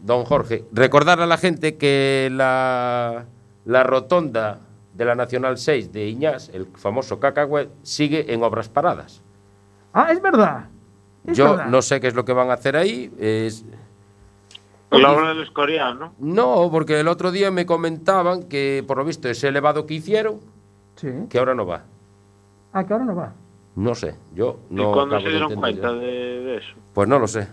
B: don Jorge, recordar a la gente que la, la rotonda de la Nacional 6 de Iñás, el famoso cacahuet, sigue en obras paradas.
A: Ah, es verdad. Es
B: Yo
A: verdad.
B: no sé qué es lo que van a hacer ahí. es-
F: La obra del Escorial, ¿no?
B: no, porque el otro día me comentaban que, por lo visto, ese elevado que hicieron,
A: Sí.
B: que ahora no va.
A: Ah, que ahora no va.
B: No sé, yo no...
F: ¿Y cuándo
B: acabo
F: se
B: de
F: dieron
B: entender.
F: cuenta de, de eso?
B: Pues no lo sé.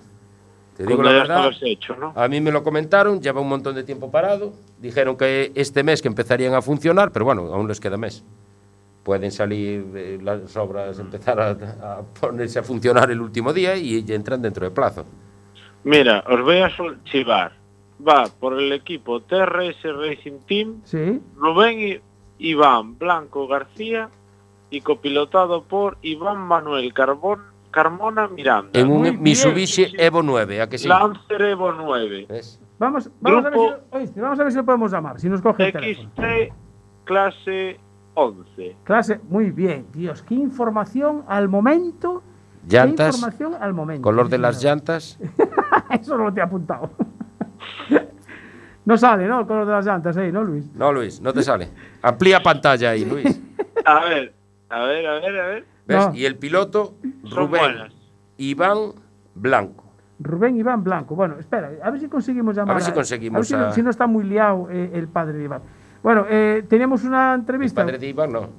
B: Te digo
F: Cuando
B: la
F: ya
B: verdad.
F: estabas hecho, ¿no?
B: A mí me lo comentaron, lleva un montón de tiempo parado. Dijeron que este mes que empezarían a funcionar, pero bueno, aún les queda mes. Pueden salir eh, las
A: Mm.
B: obras, empezar a, a ponerse a funcionar el último día y ya entran dentro de plazo.
F: Mira, os voy a sol- chivar. Va por el equipo TRS Racing Team,
A: Sí.
F: Rubén I- Iván Blanco García y copilotado por Iván Manuel Carbón, Carmona Miranda.
B: En un
A: Ah, Muy bien.
B: Mitsubishi Evo 9, ¿a que sí?
F: Lancer Evo 9.
B: ¿Ves?
A: Vamos, vamos, a ver
F: Grupo-
A: si, oíste, vamos a ver si lo podemos llamar, si nos coge el teléfono.
F: XT clase 11.
A: Clase, muy bien. Dios, qué información al momento. Qué
B: Llantas,
A: información al momento.
B: color
A: sí,
B: de las
A: señor.
B: llantas.
A: Eso no lo te he apuntado. no sale, ¿no? El color de las llantas ahí, ¿no, Luis?
B: No, Luis, no te sale. Amplía pantalla ahí, Luis.
F: A ver, a ver, a ver, a ver.
B: ¿Ves?
A: No.
B: Y el piloto,
F: Son
B: Rubén
F: buenas.
B: Iván Blanco.
A: Rubén Iván Blanco. Bueno, espera, a ver si conseguimos llamar.
B: A ver si conseguimos
A: a ver si,
B: a-
A: si no está muy liado eh, el padre de Iván. Bueno, eh, teníamos una
B: El
A: entrevista.
B: padre de Iván, no.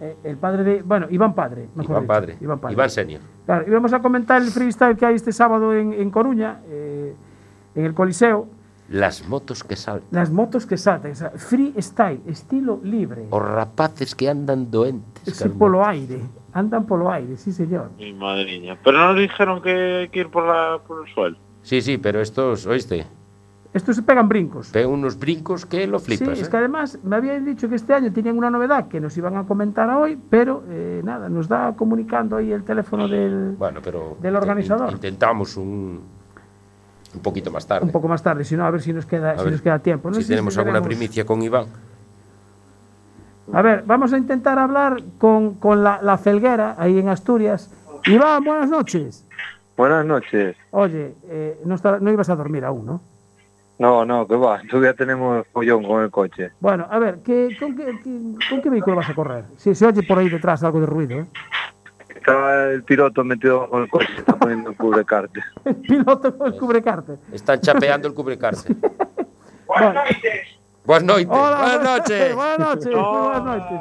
A: Eh, el padre de. Bueno, Iván Padre. Mejor
B: Iván
A: dicho.
B: Padre.
A: Iván Padre.
B: Iván Senior.
A: Claro, y vamos a comentar el freestyle que hay este sábado en, en Coruña, eh, en el Coliseo.
B: Las motos que saltan.
A: Las motos que saltan, esa- freestyle, estilo libre.
B: Os rapaces que andan doentes.
A: Sí, polo aire, andan polo aire, sí señor.
F: Mi madriña. Pero no nos dijeron que hay que ir por, la, por el suelo.
B: Sí, sí, pero estos, oíste,
A: Estos se pegan brincos.
B: ve unos brincos que lo flipas.
A: sí, es
B: ¿eh?
A: que además me habían dicho que este año tenían una novedad que nos iban a comentar hoy, pero eh, nada, nos da comunicando ahí el teléfono del...
B: Bueno, pero
A: Del organizador.
B: in- Intentamos un, un poquito más tarde.
A: Un poco más tarde, si no, a ver si nos queda,
B: A
A: si
B: ver
A: nos queda tiempo. No
B: si
A: sé
B: tenemos alguna
A: veremos.
B: primicia con Iván.
A: A ver, vamos a intentar hablar con, con la, la felguera ahí en Asturias. Iván, buenas noches.
I: Buenas noches.
A: Oye, eh, no, está- no ibas a dormir aún, ¿no?
I: No, no, que va, todavía tenemos follón con el coche.
A: Bueno, a ver, ¿qué, con, qué, qué- con qué vehículo vas a correr? Sí, se oye por ahí detrás algo de ruido, ¿eh?
I: Está el piloto metido con el coche, está poniendo el cubrecarte.
A: El piloto
B: Pues
A: con el cubrecárter.
B: Están chapeando el cubrecárcel.
A: Bueno,
B: Buenas noches.
A: hola,
B: Buenas noches.
A: Buenas noches, buenas noches.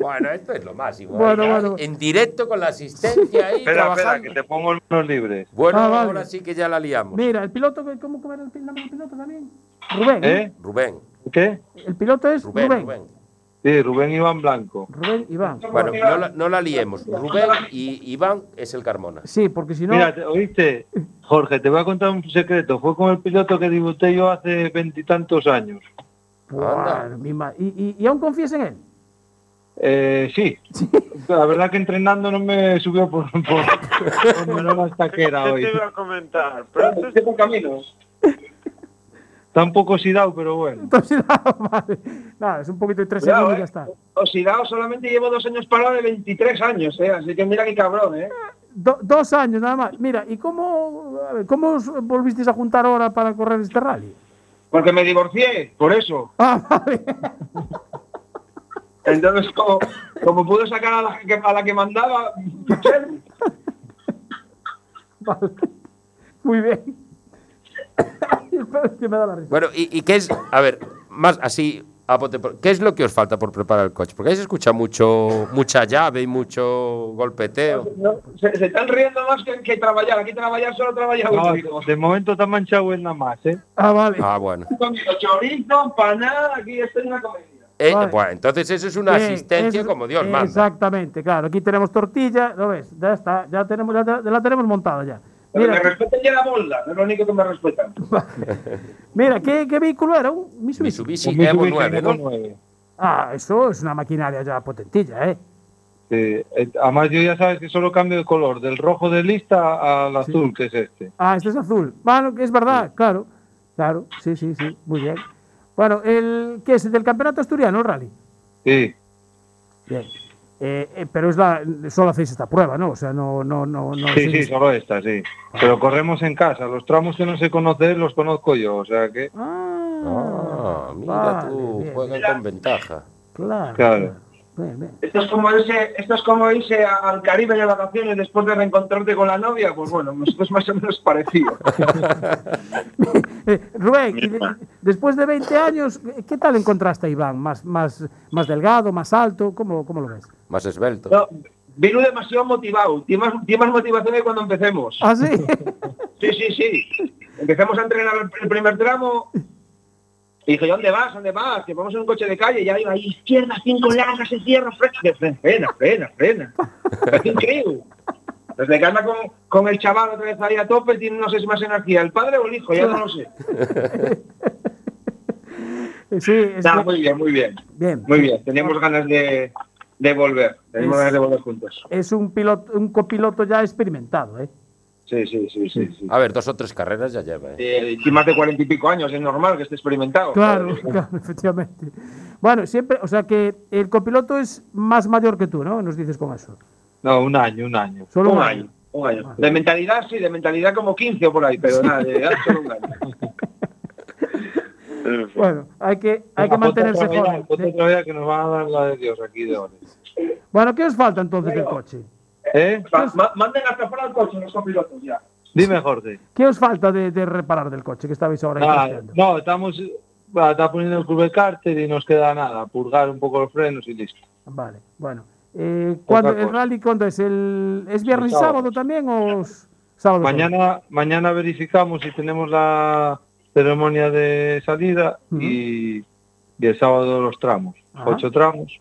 B: Bueno, esto es lo máximo.
A: Bueno,
B: ahí,
A: bueno.
B: En directo con la asistencia ahí
I: Espera, espera,
B: trabajando.
I: que te pongo en manos libres.
B: Bueno,
A: Ah, vale.
B: ahora sí que ya la liamos.
A: Mira, el piloto, que- ¿cómo cómo era el pil- nombre del piloto también?
F: ¿Mm?
A: Rubén.
I: ¿Eh?
B: Rubén,
I: ¿Qué?
A: El piloto es
B: Rubén,
A: Rubén.
B: Rubén.
A: Rubén,
I: Sí, Rubén Iván Blanco.
A: Iván.
B: Bueno, no la, no la liemos. Rubén y Iván es el Carmona.
A: Sí, porque si no.
I: Mira, ¿te- ¿oíste? Jorge, te voy a contar un secreto. Fue con el piloto que debuté yo hace veintitantos años.
A: Buah,
B: anda.
A: mi ma- y, y- y aún confías en él.
I: Eh, sí. La verdad que entrenando no me subió por, por, por menor estaquera
F: ¿Qué
I: hoy.
F: te iba a comentar? Pero esto es-
I: Tampoco oxidado, pero bueno.
A: Entonces, nada, vale. Nada, es un poquito de tres
I: Cuidado,
A: segundos y ya
I: eh.
A: está.
I: Oxidado solamente llevo dos años parado de 23 años, ¿eh? Así que mira qué cabrón, ¿eh?
A: Do- dos años nada más. Mira, ¿y cómo, a ver, cómo os volvisteis a juntar ahora para correr este rally?
I: Porque me divorcié, por eso.
A: Ah, vale.
I: Entonces, como, como pude sacar a la que, a la que mandaba,
A: vale. Muy bien. Espero que me da la risa.
B: Bueno, ¿y, y qué es? A ver, más así, a bote por- ¿qué es lo que os falta por preparar el coche? Porque ahí se escucha mucho, mucha llave y mucho golpeteo.
I: no, se, se están riendo más que, que trabajar. Aquí trabajar solo trabaja de momento está manchado en nada más, ¿eh?
A: Ah, vale.
B: Ah, bueno.
I: chorizo, panada, aquí estoy en una comedia.
B: Eh,
A: Vale. Eh,
B: bueno, entonces eso es una
A: Bien,
B: asistencia
A: eso-
B: como Dios manda.
A: Exactamente, claro. Aquí tenemos tortilla, ¿lo ves? Ya está, ya, tenemos, ya, te- la tenemos montada ya.
I: Pero me
A: Mira,
I: respetan ya la bolda, es lo único que me respetan.
A: mira ¿qué, qué vehículo era? ¿Un Mitsubishi?
B: Mitsubishi Evo 9, ¿no?
A: Ah, eso es una maquinaria ya potentilla, ¿eh?
I: Sí, eh, además yo ya sabes que solo cambio de color, del rojo de lista al
A: Sí.
I: azul, que es este.
A: Ah, este es azul. Bueno, que es verdad, claro. Claro, sí, sí, sí, muy bien. Bueno, el ¿qué es? ¿El del campeonato asturiano, el rally?
I: Sí,
A: Bien. Eh, eh, pero es la, solo hacéis esta prueba, ¿no? O sea, no, no, no, no.
I: sí, sí,
A: seguís-
I: solo esta, sí. Pero corremos en casa, los tramos que no sé conocer los conozco yo, o sea que...
A: Ah,
B: Ah, mira
A: vale,
B: tú,
A: bien,
B: juegan con ventaja.
A: Claro.
I: Claro.
A: Bien, bien.
I: Esto es como irse, esto es como irse al Caribe de vacaciones después de reencontrarte con la novia, pues bueno, es más o menos parecido.
A: Eh, Rubén, y de- después de 20 años, ¿qué tal encontraste a Iván? ¿Más, más, más delgado, más alto? ¿Cómo, cómo lo ves?
B: Más esbelto.
I: vino demasiado motivado, tiene más, tiene más motivación que cuando empecemos.
A: ¿Ah, sí?
I: Sí, sí, sí. Empezamos a entrenar el- el primer tramo. Y dije, ¿dónde vas? ¿Dónde vas? Que vamos en un coche de calle. Ya iba ahí, izquierda, cinco largas, izquierda, frena. Yo, fre- Frena, frena, frena. Es increíble. Desde que anda con, con el chaval otra vez ahí a tope, tiene no sé si más energía, el padre o el hijo, ya no lo sé.
A: Sí, es
I: Nada,
A: que-
I: muy bien, muy bien,
A: bien.
I: muy bien. Teníamos ganas de, de volver, teníamos
A: Es-
I: ganas de volver juntos.
A: Es un, piloto, un copiloto ya experimentado, ¿eh?
I: Sí, sí, sí, sí. sí.
B: A ver, dos o tres carreras ya lleva. ¿eh?
I: Eh, y más de cuarenta y pico años, es normal que esté experimentado.
A: Claro,
I: oh,
A: claro, efectivamente. Bueno, siempre, o sea que el copiloto es más mayor que tú, ¿no? Nos dices con eso.
I: No, un año, un año.
A: Solo
I: un,
A: un
I: año.
A: año.
I: Un año. De mentalidad, sí, de mentalidad como 15 o por ahí, pero nada, de edad solo un año.
A: Bueno, hay que, hay que mantenerse joven. ¿eh?
I: que nos van a dar la de Dios aquí de ahora.
A: Bueno, ¿qué os falta entonces del coche?
I: ¿Eh? manden hasta fuera el coche, los copilotos ya. Dime, Jorge.
A: ¿Qué os falta de, de reparar del coche que estabais ahora ahí
I: Nada,
A: testeando?
I: no, estamos... va, Está poniendo el curve cárter y nos queda nada, purgar un poco los frenos y listo.
A: Vale, bueno. Eh, ¿cuándo-
I: Otra
A: ¿El
I: cosa.
A: rally cuándo es? ¿El, ¿Es viernes y
I: sábado.
A: sábado también o s- sábado?
I: Mañana, mañana verificamos si tenemos la,
J: ceremonia de salida y, y el sábado los tramos.
A: Ajá.
J: Ocho tramos.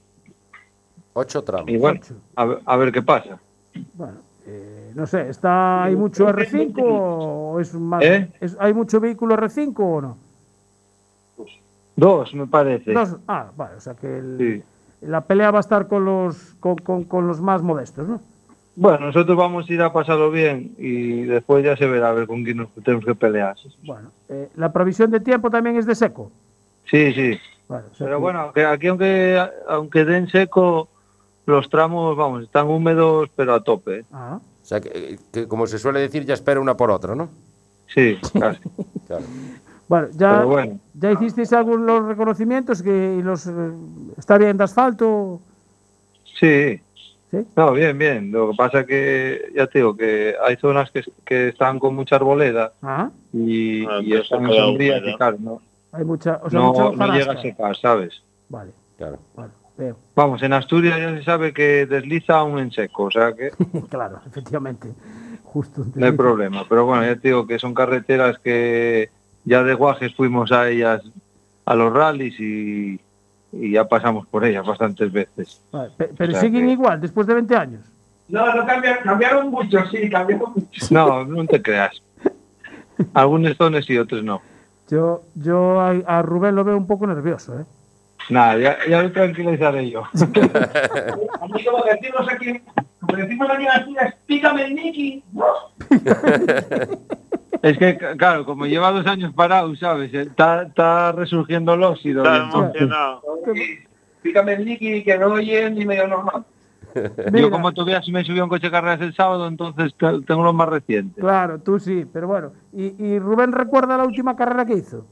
B: Ocho tramos.
J: Y bueno, a ver, a ver qué pasa.
A: Bueno, eh, no sé, ¿está, ¿hay mucho R5 o es más?
J: ¿Eh?
A: es- ¿Hay mucho vehículo R5 o no?
J: Dos, me parece.
A: Dos- ah, vale, o sea que el-
J: Sí.
A: la pelea va a estar con los, con, con- con los más modestos, ¿no?
J: Bueno, nosotros vamos a ir a pasarlo bien y después ya se verá a ver con quién nos tenemos que pelear.
A: Bueno, eh, la provisión de tiempo también es de seco.
J: Sí, sí.
A: Vale, o sea
J: Pero
A: que-
J: bueno, aunque- aquí aunque aunque den seco, los tramos, vamos, están húmedos, pero a tope. ¿eh?
A: Ah,
B: O sea, que, que como se suele decir, ya espera una por otra, ¿no?
J: Sí, casi.
B: Claro.
A: Bueno, ya,
J: Pero bueno.
A: ya hicisteis algunos reconocimientos que los eh, está bien de asfalto.
J: Sí.
A: ¿Sí?
J: No, bien, bien. Lo que pasa que, ya te digo, que hay zonas que, que están con mucha arboleda
A: Ajá.
J: y,
F: Ah,
J: y
F: entonces
J: están en
F: queda
J: sombrías
F: húmedo.
J: y claro, no,
A: Hay mucha, o sea,
J: no-
A: mucha
J: no llega
A: hojarasca.
J: a secar, ¿sabes?
A: Vale,
B: claro.
A: vale, veo.
J: Vamos, en Asturias ya se sabe que desliza aún en seco, o sea que
A: claro, efectivamente. Justo. antes
J: no hay
A: de-
J: problema. Pero bueno, ya te digo que son carreteras que ya de guajes fuimos a ellas, a los rallies y, y ya pasamos por ellas bastantes veces.
A: Vale, pe- pero
J: O sea
A: siguen
J: que-
A: igual, después de 20 años.
I: No, no cambiaron, cambiaron mucho, sí, cambiaron mucho.
J: No, no te creas. Algunos zonas y otros no.
A: Yo, yo a, a Rubén lo veo un poco nervioso, ¿eh?
J: Nada, ya, ya lo tranquilizaré yo.
I: A mí como decimos aquí, como decimos aquí en Asturias, pícame el Nicky.
J: Es que, c- claro, como lleva dos años parado, ¿sabes? Está, está resurgiendo el óxido.
F: Está
J: y entonces-
F: emocionado.
I: Pícame el Nicky, que no oye ni medio normal.
A: Mira,
J: Yo como todavía me subí a un coche de carreras el sábado, entonces ca- tengo los más recientes.
A: Claro, tú sí, pero bueno. ¿Y, y Rubén recuerda la última carrera que hizo?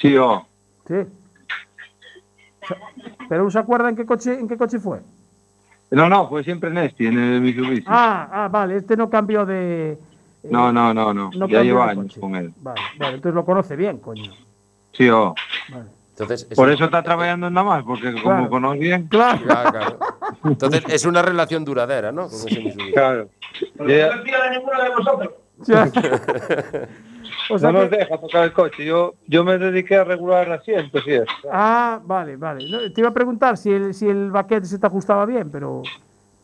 J: Sí, oh.
A: Sí. Se- ¿Pero aún se acuerda en qué coche, en qué coche fue?
J: No, no, fue siempre en este, en el Mitsubishi.
A: Ah, ah, vale, este no cambió de... eh,
J: no, no, no, no,
A: no
J: Ya
A: cambió
J: llevo
A: de
J: años
A: coche.
J: con él.
A: Vale, vale, entonces lo conoce bien, coño.
J: Sí, oh.
A: Vale.
B: Entonces, es-
J: Por eso está trabajando en nada más, porque como
A: Claro.
J: conoce bien.
A: Claro.
B: Claro, claro. Entonces, es una relación duradera, ¿no? Con ese Mitsubishi.
J: Claro.
I: Porque
J: Ya-
I: no se fía de ninguno de vosotros.
A: Ya. o sea
J: no nos
A: que-
J: deja tocar el coche. Yo, yo me dediqué a regular asientos y eso.
A: Ah, vale, vale. No, te iba a preguntar si el, si el baquete se te ajustaba bien, pero...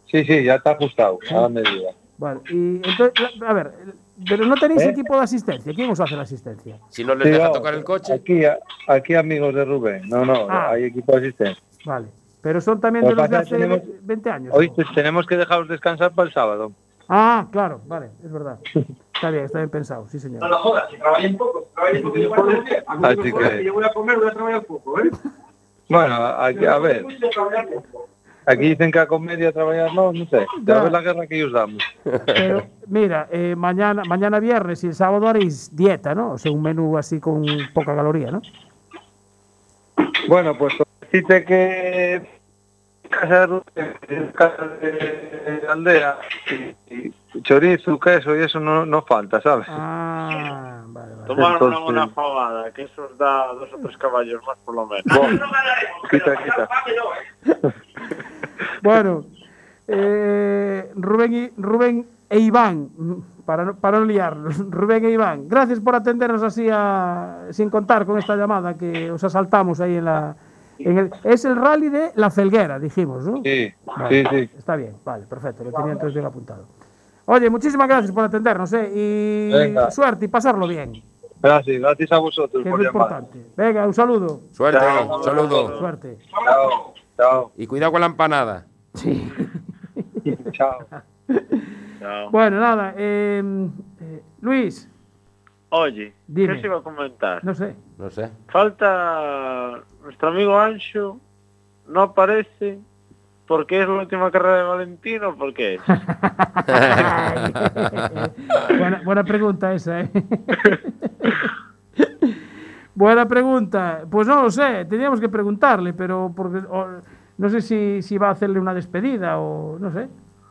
J: Sí, sí, ya está ajustado a la medida.
A: Vale, y entonces, la- a ver, el- pero no tenéis
J: ¿Eh?
A: equipo de asistencia. ¿Quién os hace la asistencia?
B: Si no les
J: Sí,
B: deja
J: oh,
B: tocar el coche,
J: Aquí, aquí amigos de Rubén. No, no,
A: Ah.
J: hay equipo de asistencia.
A: Vale. Pero son también
J: Lo
A: de
J: que
A: los de
J: pasa
A: hace
J: es que tenemos-
A: 20 años. ¿no?
J: Hoy te- tenemos que dejaros descansar para el sábado.
A: Ah, claro, vale, es verdad. Está bien, está bien pensado, sí,
I: No
A: señor.
I: lo jodas, que trabajen poco, trabajen poco. Yo voy a comer, a mí no me
J: Así
I: jodas,
J: que-
I: que yo voy a comer, voy a trabajar poco, ¿eh?
J: Bueno, aquí, a ver,
I: Mucho trabajar poco.
J: aquí dicen que a comedia trabajar no, no sé.
A: Ya.
J: Ya ves la guerra que ellos damos.
A: Pero mira, eh, mañana, mañana viernes y el sábado haréis dieta, ¿no? O sea, un menú así con poca caloría, ¿no?
J: Bueno, pues decirte que casa de Rubén, casa de aldea, y- y chorizo, queso y eso no, no falta, ¿sabes?
A: Ah, vale, vale.
F: Tomar una
J: Entonces-
F: buena fabada, que eso os da dos o tres caballos más por lo menos.
J: Bueno,
I: No ganaremos,
J: Quita,
I: pero
J: quita.
I: pasar fácil no, ¿eh?
A: Bueno, eh, Rubén, y, Rubén e Iván, mm, para no, para no liarlos, Rubén e Iván, gracias por atendernos así a- sin contar con esta llamada que os asaltamos ahí en la... en el- es el rally de La Felguera, dijimos, ¿no?
J: sí, sí,
A: Vale,
J: sí.
A: Está bien, vale, perfecto, lo tenía entonces bien apuntado. Oye, muchísimas gracias por atendernos, ¿eh? Y
J: Venga.
A: suerte y pasarlo bien, que
J: Gracias, gracias a vosotros
A: es
J: por
A: lo
J: llamar.
A: importante. Venga, un saludo,
B: suerte,
J: Chao.
B: un saludo.
A: suerte.
J: Chao, chao,
B: Y cuidado con la empanada.
A: Sí.
J: chao.
F: No.
A: Bueno, nada, eh, eh, Luis,
F: Oye,
A: Dime.
F: ¿qué se iba a comentar?
A: no sé.
B: No sé.
F: Falta nuestro amigo Ancho, no aparece, porque es la última carrera de Valentino, porque es.
A: Ay. buena, buena pregunta esa, ¿eh? buena pregunta. Pues no lo sé, teníamos que preguntarle, pero porque, o- no sé si, si va a hacerle una despedida o no sé.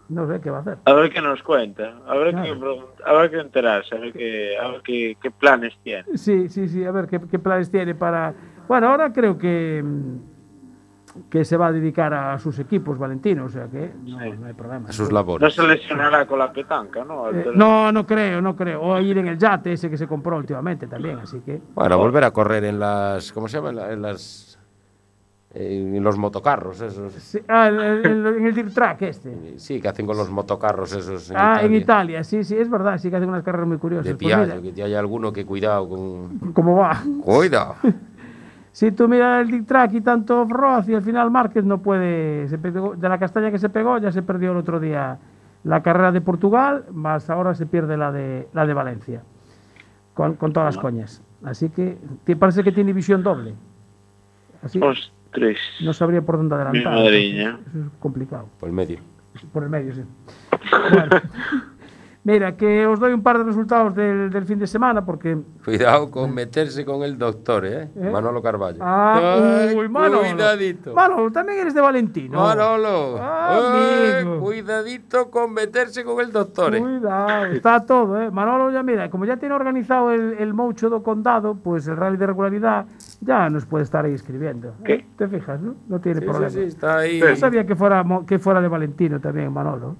A: No sé qué va a hacer.
F: A ver qué nos cuenta, a ver,
A: Claro.
F: qué, pregun- a ver qué enterarse, a ver, qué, a ver qué, qué planes tiene.
A: Sí, sí, sí, a ver qué, qué planes tiene para... Bueno, ahora creo que... mm, que se va a dedicar a sus equipos, Valentino, o sea que no, no hay problema.
B: a sus
F: No
B: labores.
F: se lesionará con la petanca, ¿no?
A: Eh, no, no creo, no creo. O ir en el yate ese que se compró últimamente también, así que...
B: Bueno, volver a correr en las. ¿Cómo se llama? En la- En las. eh, En los motocarros, esos.
A: Sí, ah, en el, en el- en el dirt track este.
B: Sí, que hacen con los motocarros esos. En
A: ah, en
B: Italia.
A: Italia, sí, sí, es verdad, sí que hacen unas carreras muy curiosas.
B: De
A: Pues mira,
B: Piaggio, que hay alguno que cuidado con.
A: ¿Cómo va?
B: ¡Cuidado!
A: Si tú miras el dirt track y tanto off-road y al final Márquez no puede... se pegó- de la castaña que se pegó ya se perdió el otro día la carrera de Portugal, más ahora se pierde la de, la de Valencia, con, con todas las coñas. Así que te parece que tiene visión doble. Así,
F: Pues Ostres.
A: no sabría por dónde
F: Mi
A: adelantar.
F: madriña.
A: Eso es complicado.
B: Por el medio.
A: Por el medio, sí. Bueno. Mira, que os doy un par de resultados del, del fin de semana porque...
B: Cuidado con meterse con el doctor, ¿eh?
A: ¿Eh?
B: Manolo Carballo.
A: Ah,
B: Ay,
A: uy, Manolo.
B: Cuidadito.
A: Manolo, también eres de Valentino.
B: Manolo.
A: Ah,
B: Ay,
A: amigo.
B: cuidadito con meterse con el doctor. ¿eh?
A: Cuidado, está todo, ¿eh? Manolo ya mira, como ya tiene organizado el, el Moucho do Condado, pues el rally de regularidad ya nos puede estar ahí escribiendo. ¿Qué? ¿Te fijas, no? No tiene
B: Sí,
A: problema.
B: sí, sí, está ahí.
A: Yo sabía que fuera, mo- que fuera de Valentino también, Manolo.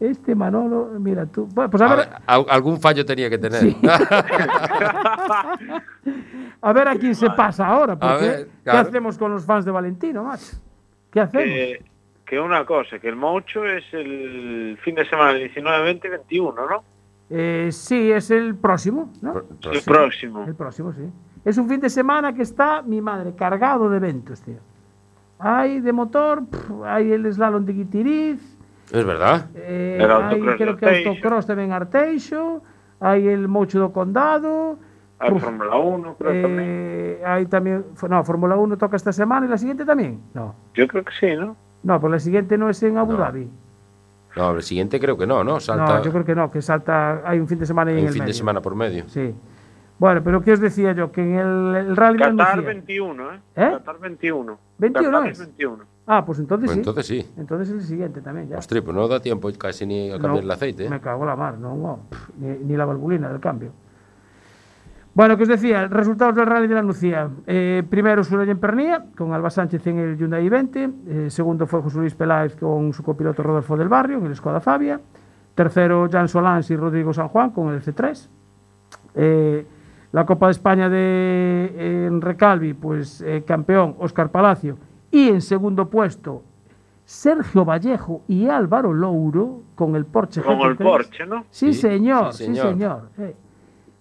A: Este Manolo, mira tú. Bueno, pues a
B: A
A: ver,
B: ver, al- algún fallo tenía que tener. Ah,
A: a ver a quién se pasa ahora.
B: A
A: Porque,
B: ver,
A: ¿Qué
B: claro.
A: hacemos con los fans de Valentino, macho? ¿Qué hacemos?
F: Que, que una cosa, que el Maucho es el fin de semana del 19, 20 y 21, ¿no?
A: Eh, sí, es el próximo, ¿no?
F: El próximo.
A: El próximo, sí. Es un fin de semana que está, mi madre, cargado de eventos, tío. Hay de motor, pf, hay el slalom de Guitiriz,
B: es verdad.
A: eh, hay
F: El autocross
A: creo
F: de
A: que
F: Arteixo.
A: autocross también Arteixo, hay el Mocho do Condado,
F: Hay
A: Uf.
F: Ah, Fórmula 1, creo
A: eh,
F: también.
A: hay también, no, Fórmula 1 toca esta semana y la siguiente también. No,
F: Yo creo que sí, ¿no?
A: no, pues la siguiente no es en Abu
B: No,
A: Dhabi.
B: No, el siguiente creo que no, ¿no? Salta
A: No, yo creo que no, que salta, hay un fin de semana ahí en
B: un fin
A: el
B: de
A: medio.
B: semana por medio.
A: Sí. Bueno, pero ¿qué os decía yo? Que en el, el rally de
F: Qatar
A: Andalucía.
F: 21, ¿eh?
A: ¿Eh?
F: Qatar 21.
A: 21
F: Qatar
A: es.
F: 21.
A: Ah, pues entonces
B: Pues
A: sí.
B: entonces sí.
A: Entonces el siguiente también, ya.
B: Ostras, pues no da tiempo casi ni a
A: No,
B: cambiar el aceite. ¿eh?
A: Me cago en la mar, no, no, pff, ni, ni la valvulina del cambio. Bueno, que os decía, resultados del Rally de la Nucía. Eh, primero Sureya en Pernía, con Alba Sánchez en el Hyundai i20. Eh, segundo fue José Luis Peláez con su copiloto Rodolfo del Barrio en el Skoda Fabia. Tercero, Jan Solans y Rodrigo San Juan con el C3. Eh, la Copa de España de, en Recalvi, pues eh, campeón Óscar Palacio. Y en segundo puesto, Sergio Vallejo y Álvaro Louro con el Porsche
F: Con el
A: GT3.
F: Porsche, ¿no?
A: Sí,
B: Sí,
A: señor,
B: sí,
A: sí, señor.
B: señor.
A: eh.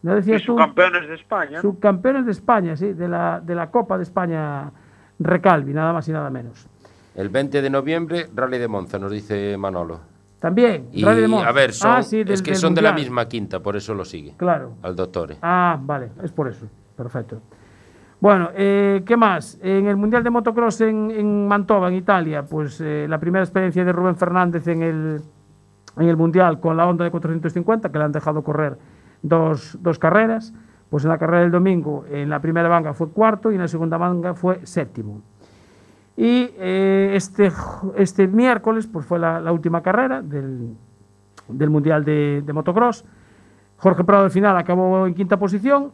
A: ¿No
F: Y
A: decías tú?
F: subcampeones de España. ¿no?
A: Subcampeones de España, sí, de la, de la Copa de España Recalvi, nada más y nada menos.
B: El 20 de noviembre, Rally de Monza, nos dice Manolo.
A: También,
B: Y
A: Rally de Monza.
B: a ver, son,
A: Ah, sí, del-
B: es que
A: del
B: son de la
A: Mundial.
B: misma quinta, por eso lo sigue.
A: Claro.
B: Al doctor. ¿eh?
A: Ah, vale, es por eso. Perfecto. Bueno, eh, ¿qué más? En el Mundial de Motocross en, en Mantova, en Italia, pues eh, la primera experiencia de Rubén Fernández en el, en el Mundial con la Honda de 450, que le han dejado correr dos, dos carreras. Pues en la carrera del domingo, en la primera manga fue cuarto y en la segunda manga fue séptimo. Y eh, este, ju- este miércoles pues fue la, la última carrera del, del Mundial de, de Motocross. Jorge Prado al final acabó en quinta posición,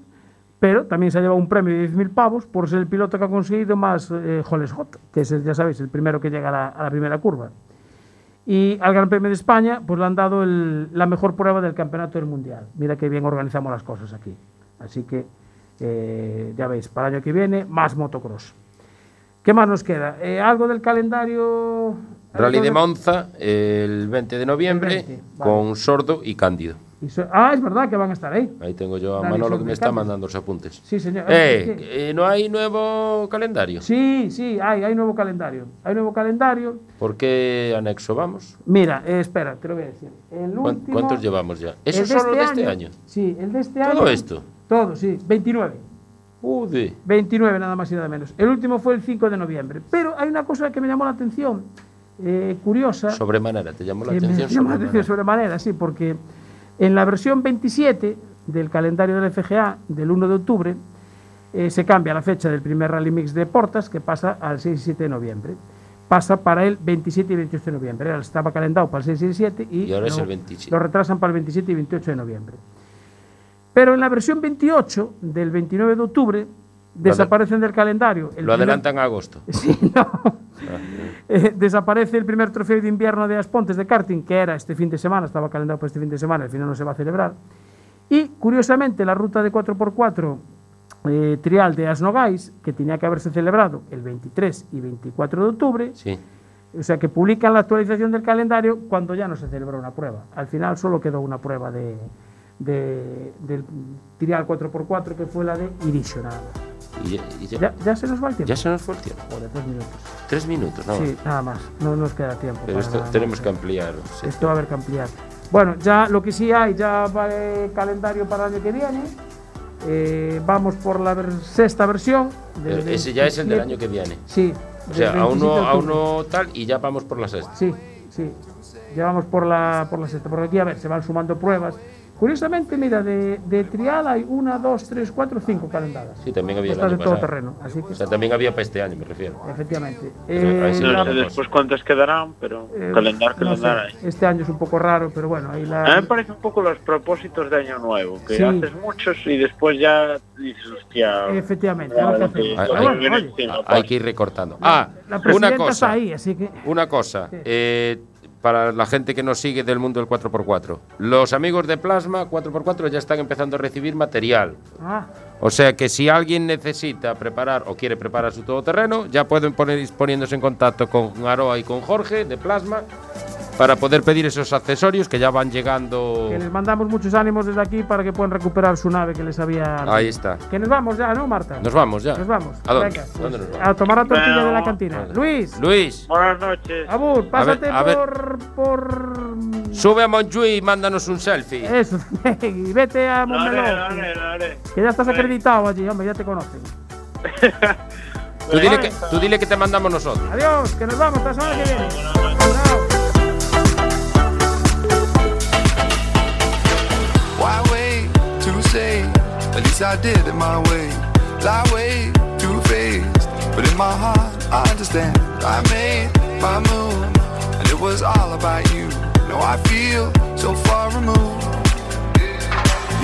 A: pero también se ha llevado un premio de 10.000 pavos por ser el piloto que ha conseguido más eh, Holes Hot, que es, el, ya sabéis, el primero que llega a la, a la primera curva. Y al Gran Premio de España, pues le han dado el- la mejor prueba del Campeonato del Mundial. Mira qué bien organizamos las cosas aquí. Así que, eh, ya veis, para el año que viene, más motocross. ¿Qué más nos queda? Eh, ¿Algo del calendario?
B: Rally
A: ¿Algo
B: de
A: del-
B: Monza, el 20 de noviembre,
A: 20, vale.
B: con Sordo y Cándido.
A: Y so- Ah, es verdad que van a estar ahí.
B: Ahí tengo yo a
A: Dale,
B: Manolo
A: Sordo
B: que
A: y
B: me está
A: Cándido.
B: mandando los apuntes.
A: Sí, señor. Es
B: Eh,
A: que-
B: eh, ¿No hay nuevo calendario?
A: Sí, sí, hay, hay nuevo calendario. Hay nuevo calendario.
B: ¿Por qué anexo vamos?
A: Mira, eh, espera, te lo voy a decir. El
B: ¿Cuán-
A: último,
B: ¿Cuántos llevamos ya? ¿Eso
A: el
B: solo de este año?
A: Sí, el de este año.
B: ¿Todo esto?
A: Todo, sí, 29.
B: Ude.
A: 29 nada más y nada menos. El último fue el 5 de noviembre. Pero hay una cosa que me llamó la atención, eh, curiosa.
B: Sobremanera, te llamó la
A: que me
B: atención.
A: llama la atención
B: sobremanera.
A: sobremanera, sí, porque en la versión 27 del calendario del FGA del 1 de octubre eh, se cambia la fecha del primer Rally Mix de Portas que pasa al 6 y 7 de noviembre. Pasa para el 27 y 28 de noviembre. Ahora Estaba calentado para el 6 y el 7 y,
B: Y ahora es
A: lo-
B: el 27.
A: lo retrasan para el 27 y 28 de noviembre. Pero en la versión 28 del 29 de octubre desaparecen del calendario. el
B: Lo
A: primer-
B: adelantan a agosto.
A: Sí, no.
B: Ah,
A: Eh, desaparece el primer trofeo de invierno de Aspontes de karting, que era este fin de semana, estaba calendado para este fin de semana, al final no se va a celebrar. Y curiosamente, la ruta de 4x4 eh, trial de Asnogais, que tenía que haberse celebrado el 23 y 24 de octubre,
B: Sí.
A: o sea que publican la actualización del calendario cuando ya no se celebró una prueba. Al final solo quedó una prueba de, de- del trial 4x4, que fue la de Irisho, nada más.
B: Y ya, y ya-
A: Ya, ya se nos va el tiempo.
B: ya se nos fue el tiempo.
A: Joder, tres minutos.
B: Tres minutos, ¿no?
A: Sí, nada más. No nos queda tiempo.
B: Pero
A: para
B: esto
A: nada más.
B: tenemos que ampliar. sí.
A: Esto va a haber que ampliar. Bueno, ya lo que sí hay, ya vale calendario para el año que viene. Eh, vamos por la ver- sexta versión. del
B: Eh, Ese ya es el del
A: 27.
B: año que viene.
A: Sí.
B: O
A: del
B: sea, a
A: 27
B: uno,
A: de
B: a
A: octubre.
B: uno tal y ya vamos por la sexta.
A: Sí, sí. Ya vamos por la, por la sexta. Porque aquí, a ver, se van sumando pruebas. Curiosamente, mira, de, de trial hay una, dos, tres, cuatro, cinco calendadas.
B: Sí, también había el
A: Estas
B: año
A: de todo
B: pasado.
A: terreno. Así que,
B: O sea, también había para este año, me refiero.
A: efectivamente.
B: Pero ahí sí
A: Eh,
B: nos
A: la-
F: No sé después cuántas quedarán, pero
A: eh,
F: calendar,
A: no sé,
F: calendar hay.
A: Este año es un poco raro, pero bueno, ahí la.
F: A mí me parece un poco los propósitos de Año Nuevo, que
A: Sí.
F: haces muchos y después ya dices, hostia.
A: Efectivamente,
F: ahora
A: ahora qué
F: que-
B: hacemos.
F: lo
B: Hay-
F: que viene
A: oye.
F: encima,
B: Ah,
F: pa.
B: Hay que ir recortando. Ah,
A: La
B: una
A: presidenta está
B: cosa.
A: ahí, así que.
B: Una cosa.
A: Sí.
B: eh, para la gente que nos sigue del mundo del 4x4. Los amigos de Plasma 4x4 ya están empezando a recibir material.
A: Ah,
B: O sea que si alguien necesita preparar o quiere preparar su todoterreno, ya pueden poner, poniéndose en contacto con Aroa y con Jorge de Plasma para poder pedir esos accesorios que ya van llegando.
A: que les mandamos muchos ánimos desde aquí para que puedan recuperar su nave que les había.
B: Ahí está.
A: Que nos vamos ya, ¿no, Marta?
B: Nos vamos ya.
A: Nos vamos.
B: ¿A dónde?
A: Venga,
B: ¿Dónde nos
A: pues,
B: vamos?
A: A tomar la tortilla de la
F: Vamos.
A: cantina. Luis,
B: Luis,
F: Buenas noches.
A: Abur, pásate
B: a ver.
A: por. por.
B: sube a Montjuic y mándanos un selfie.
A: Eso, y vete a
F: Lo haré, lo
A: Montmeló.
F: haré, lo haré.
A: Que ya estás
F: Lo haré.
A: acreditado allí, hombre, ya te conocen.
B: tú,
A: eh.
B: dile que, tú dile que te mandamos nosotros.
A: Adiós, que nos vamos, hasta la semana que viene. Chao.
C: Why wait to say? At least I did it my way. Lie way too faced, but in my heart I understand. I made my move, and it was all about you. Now I feel so far removed.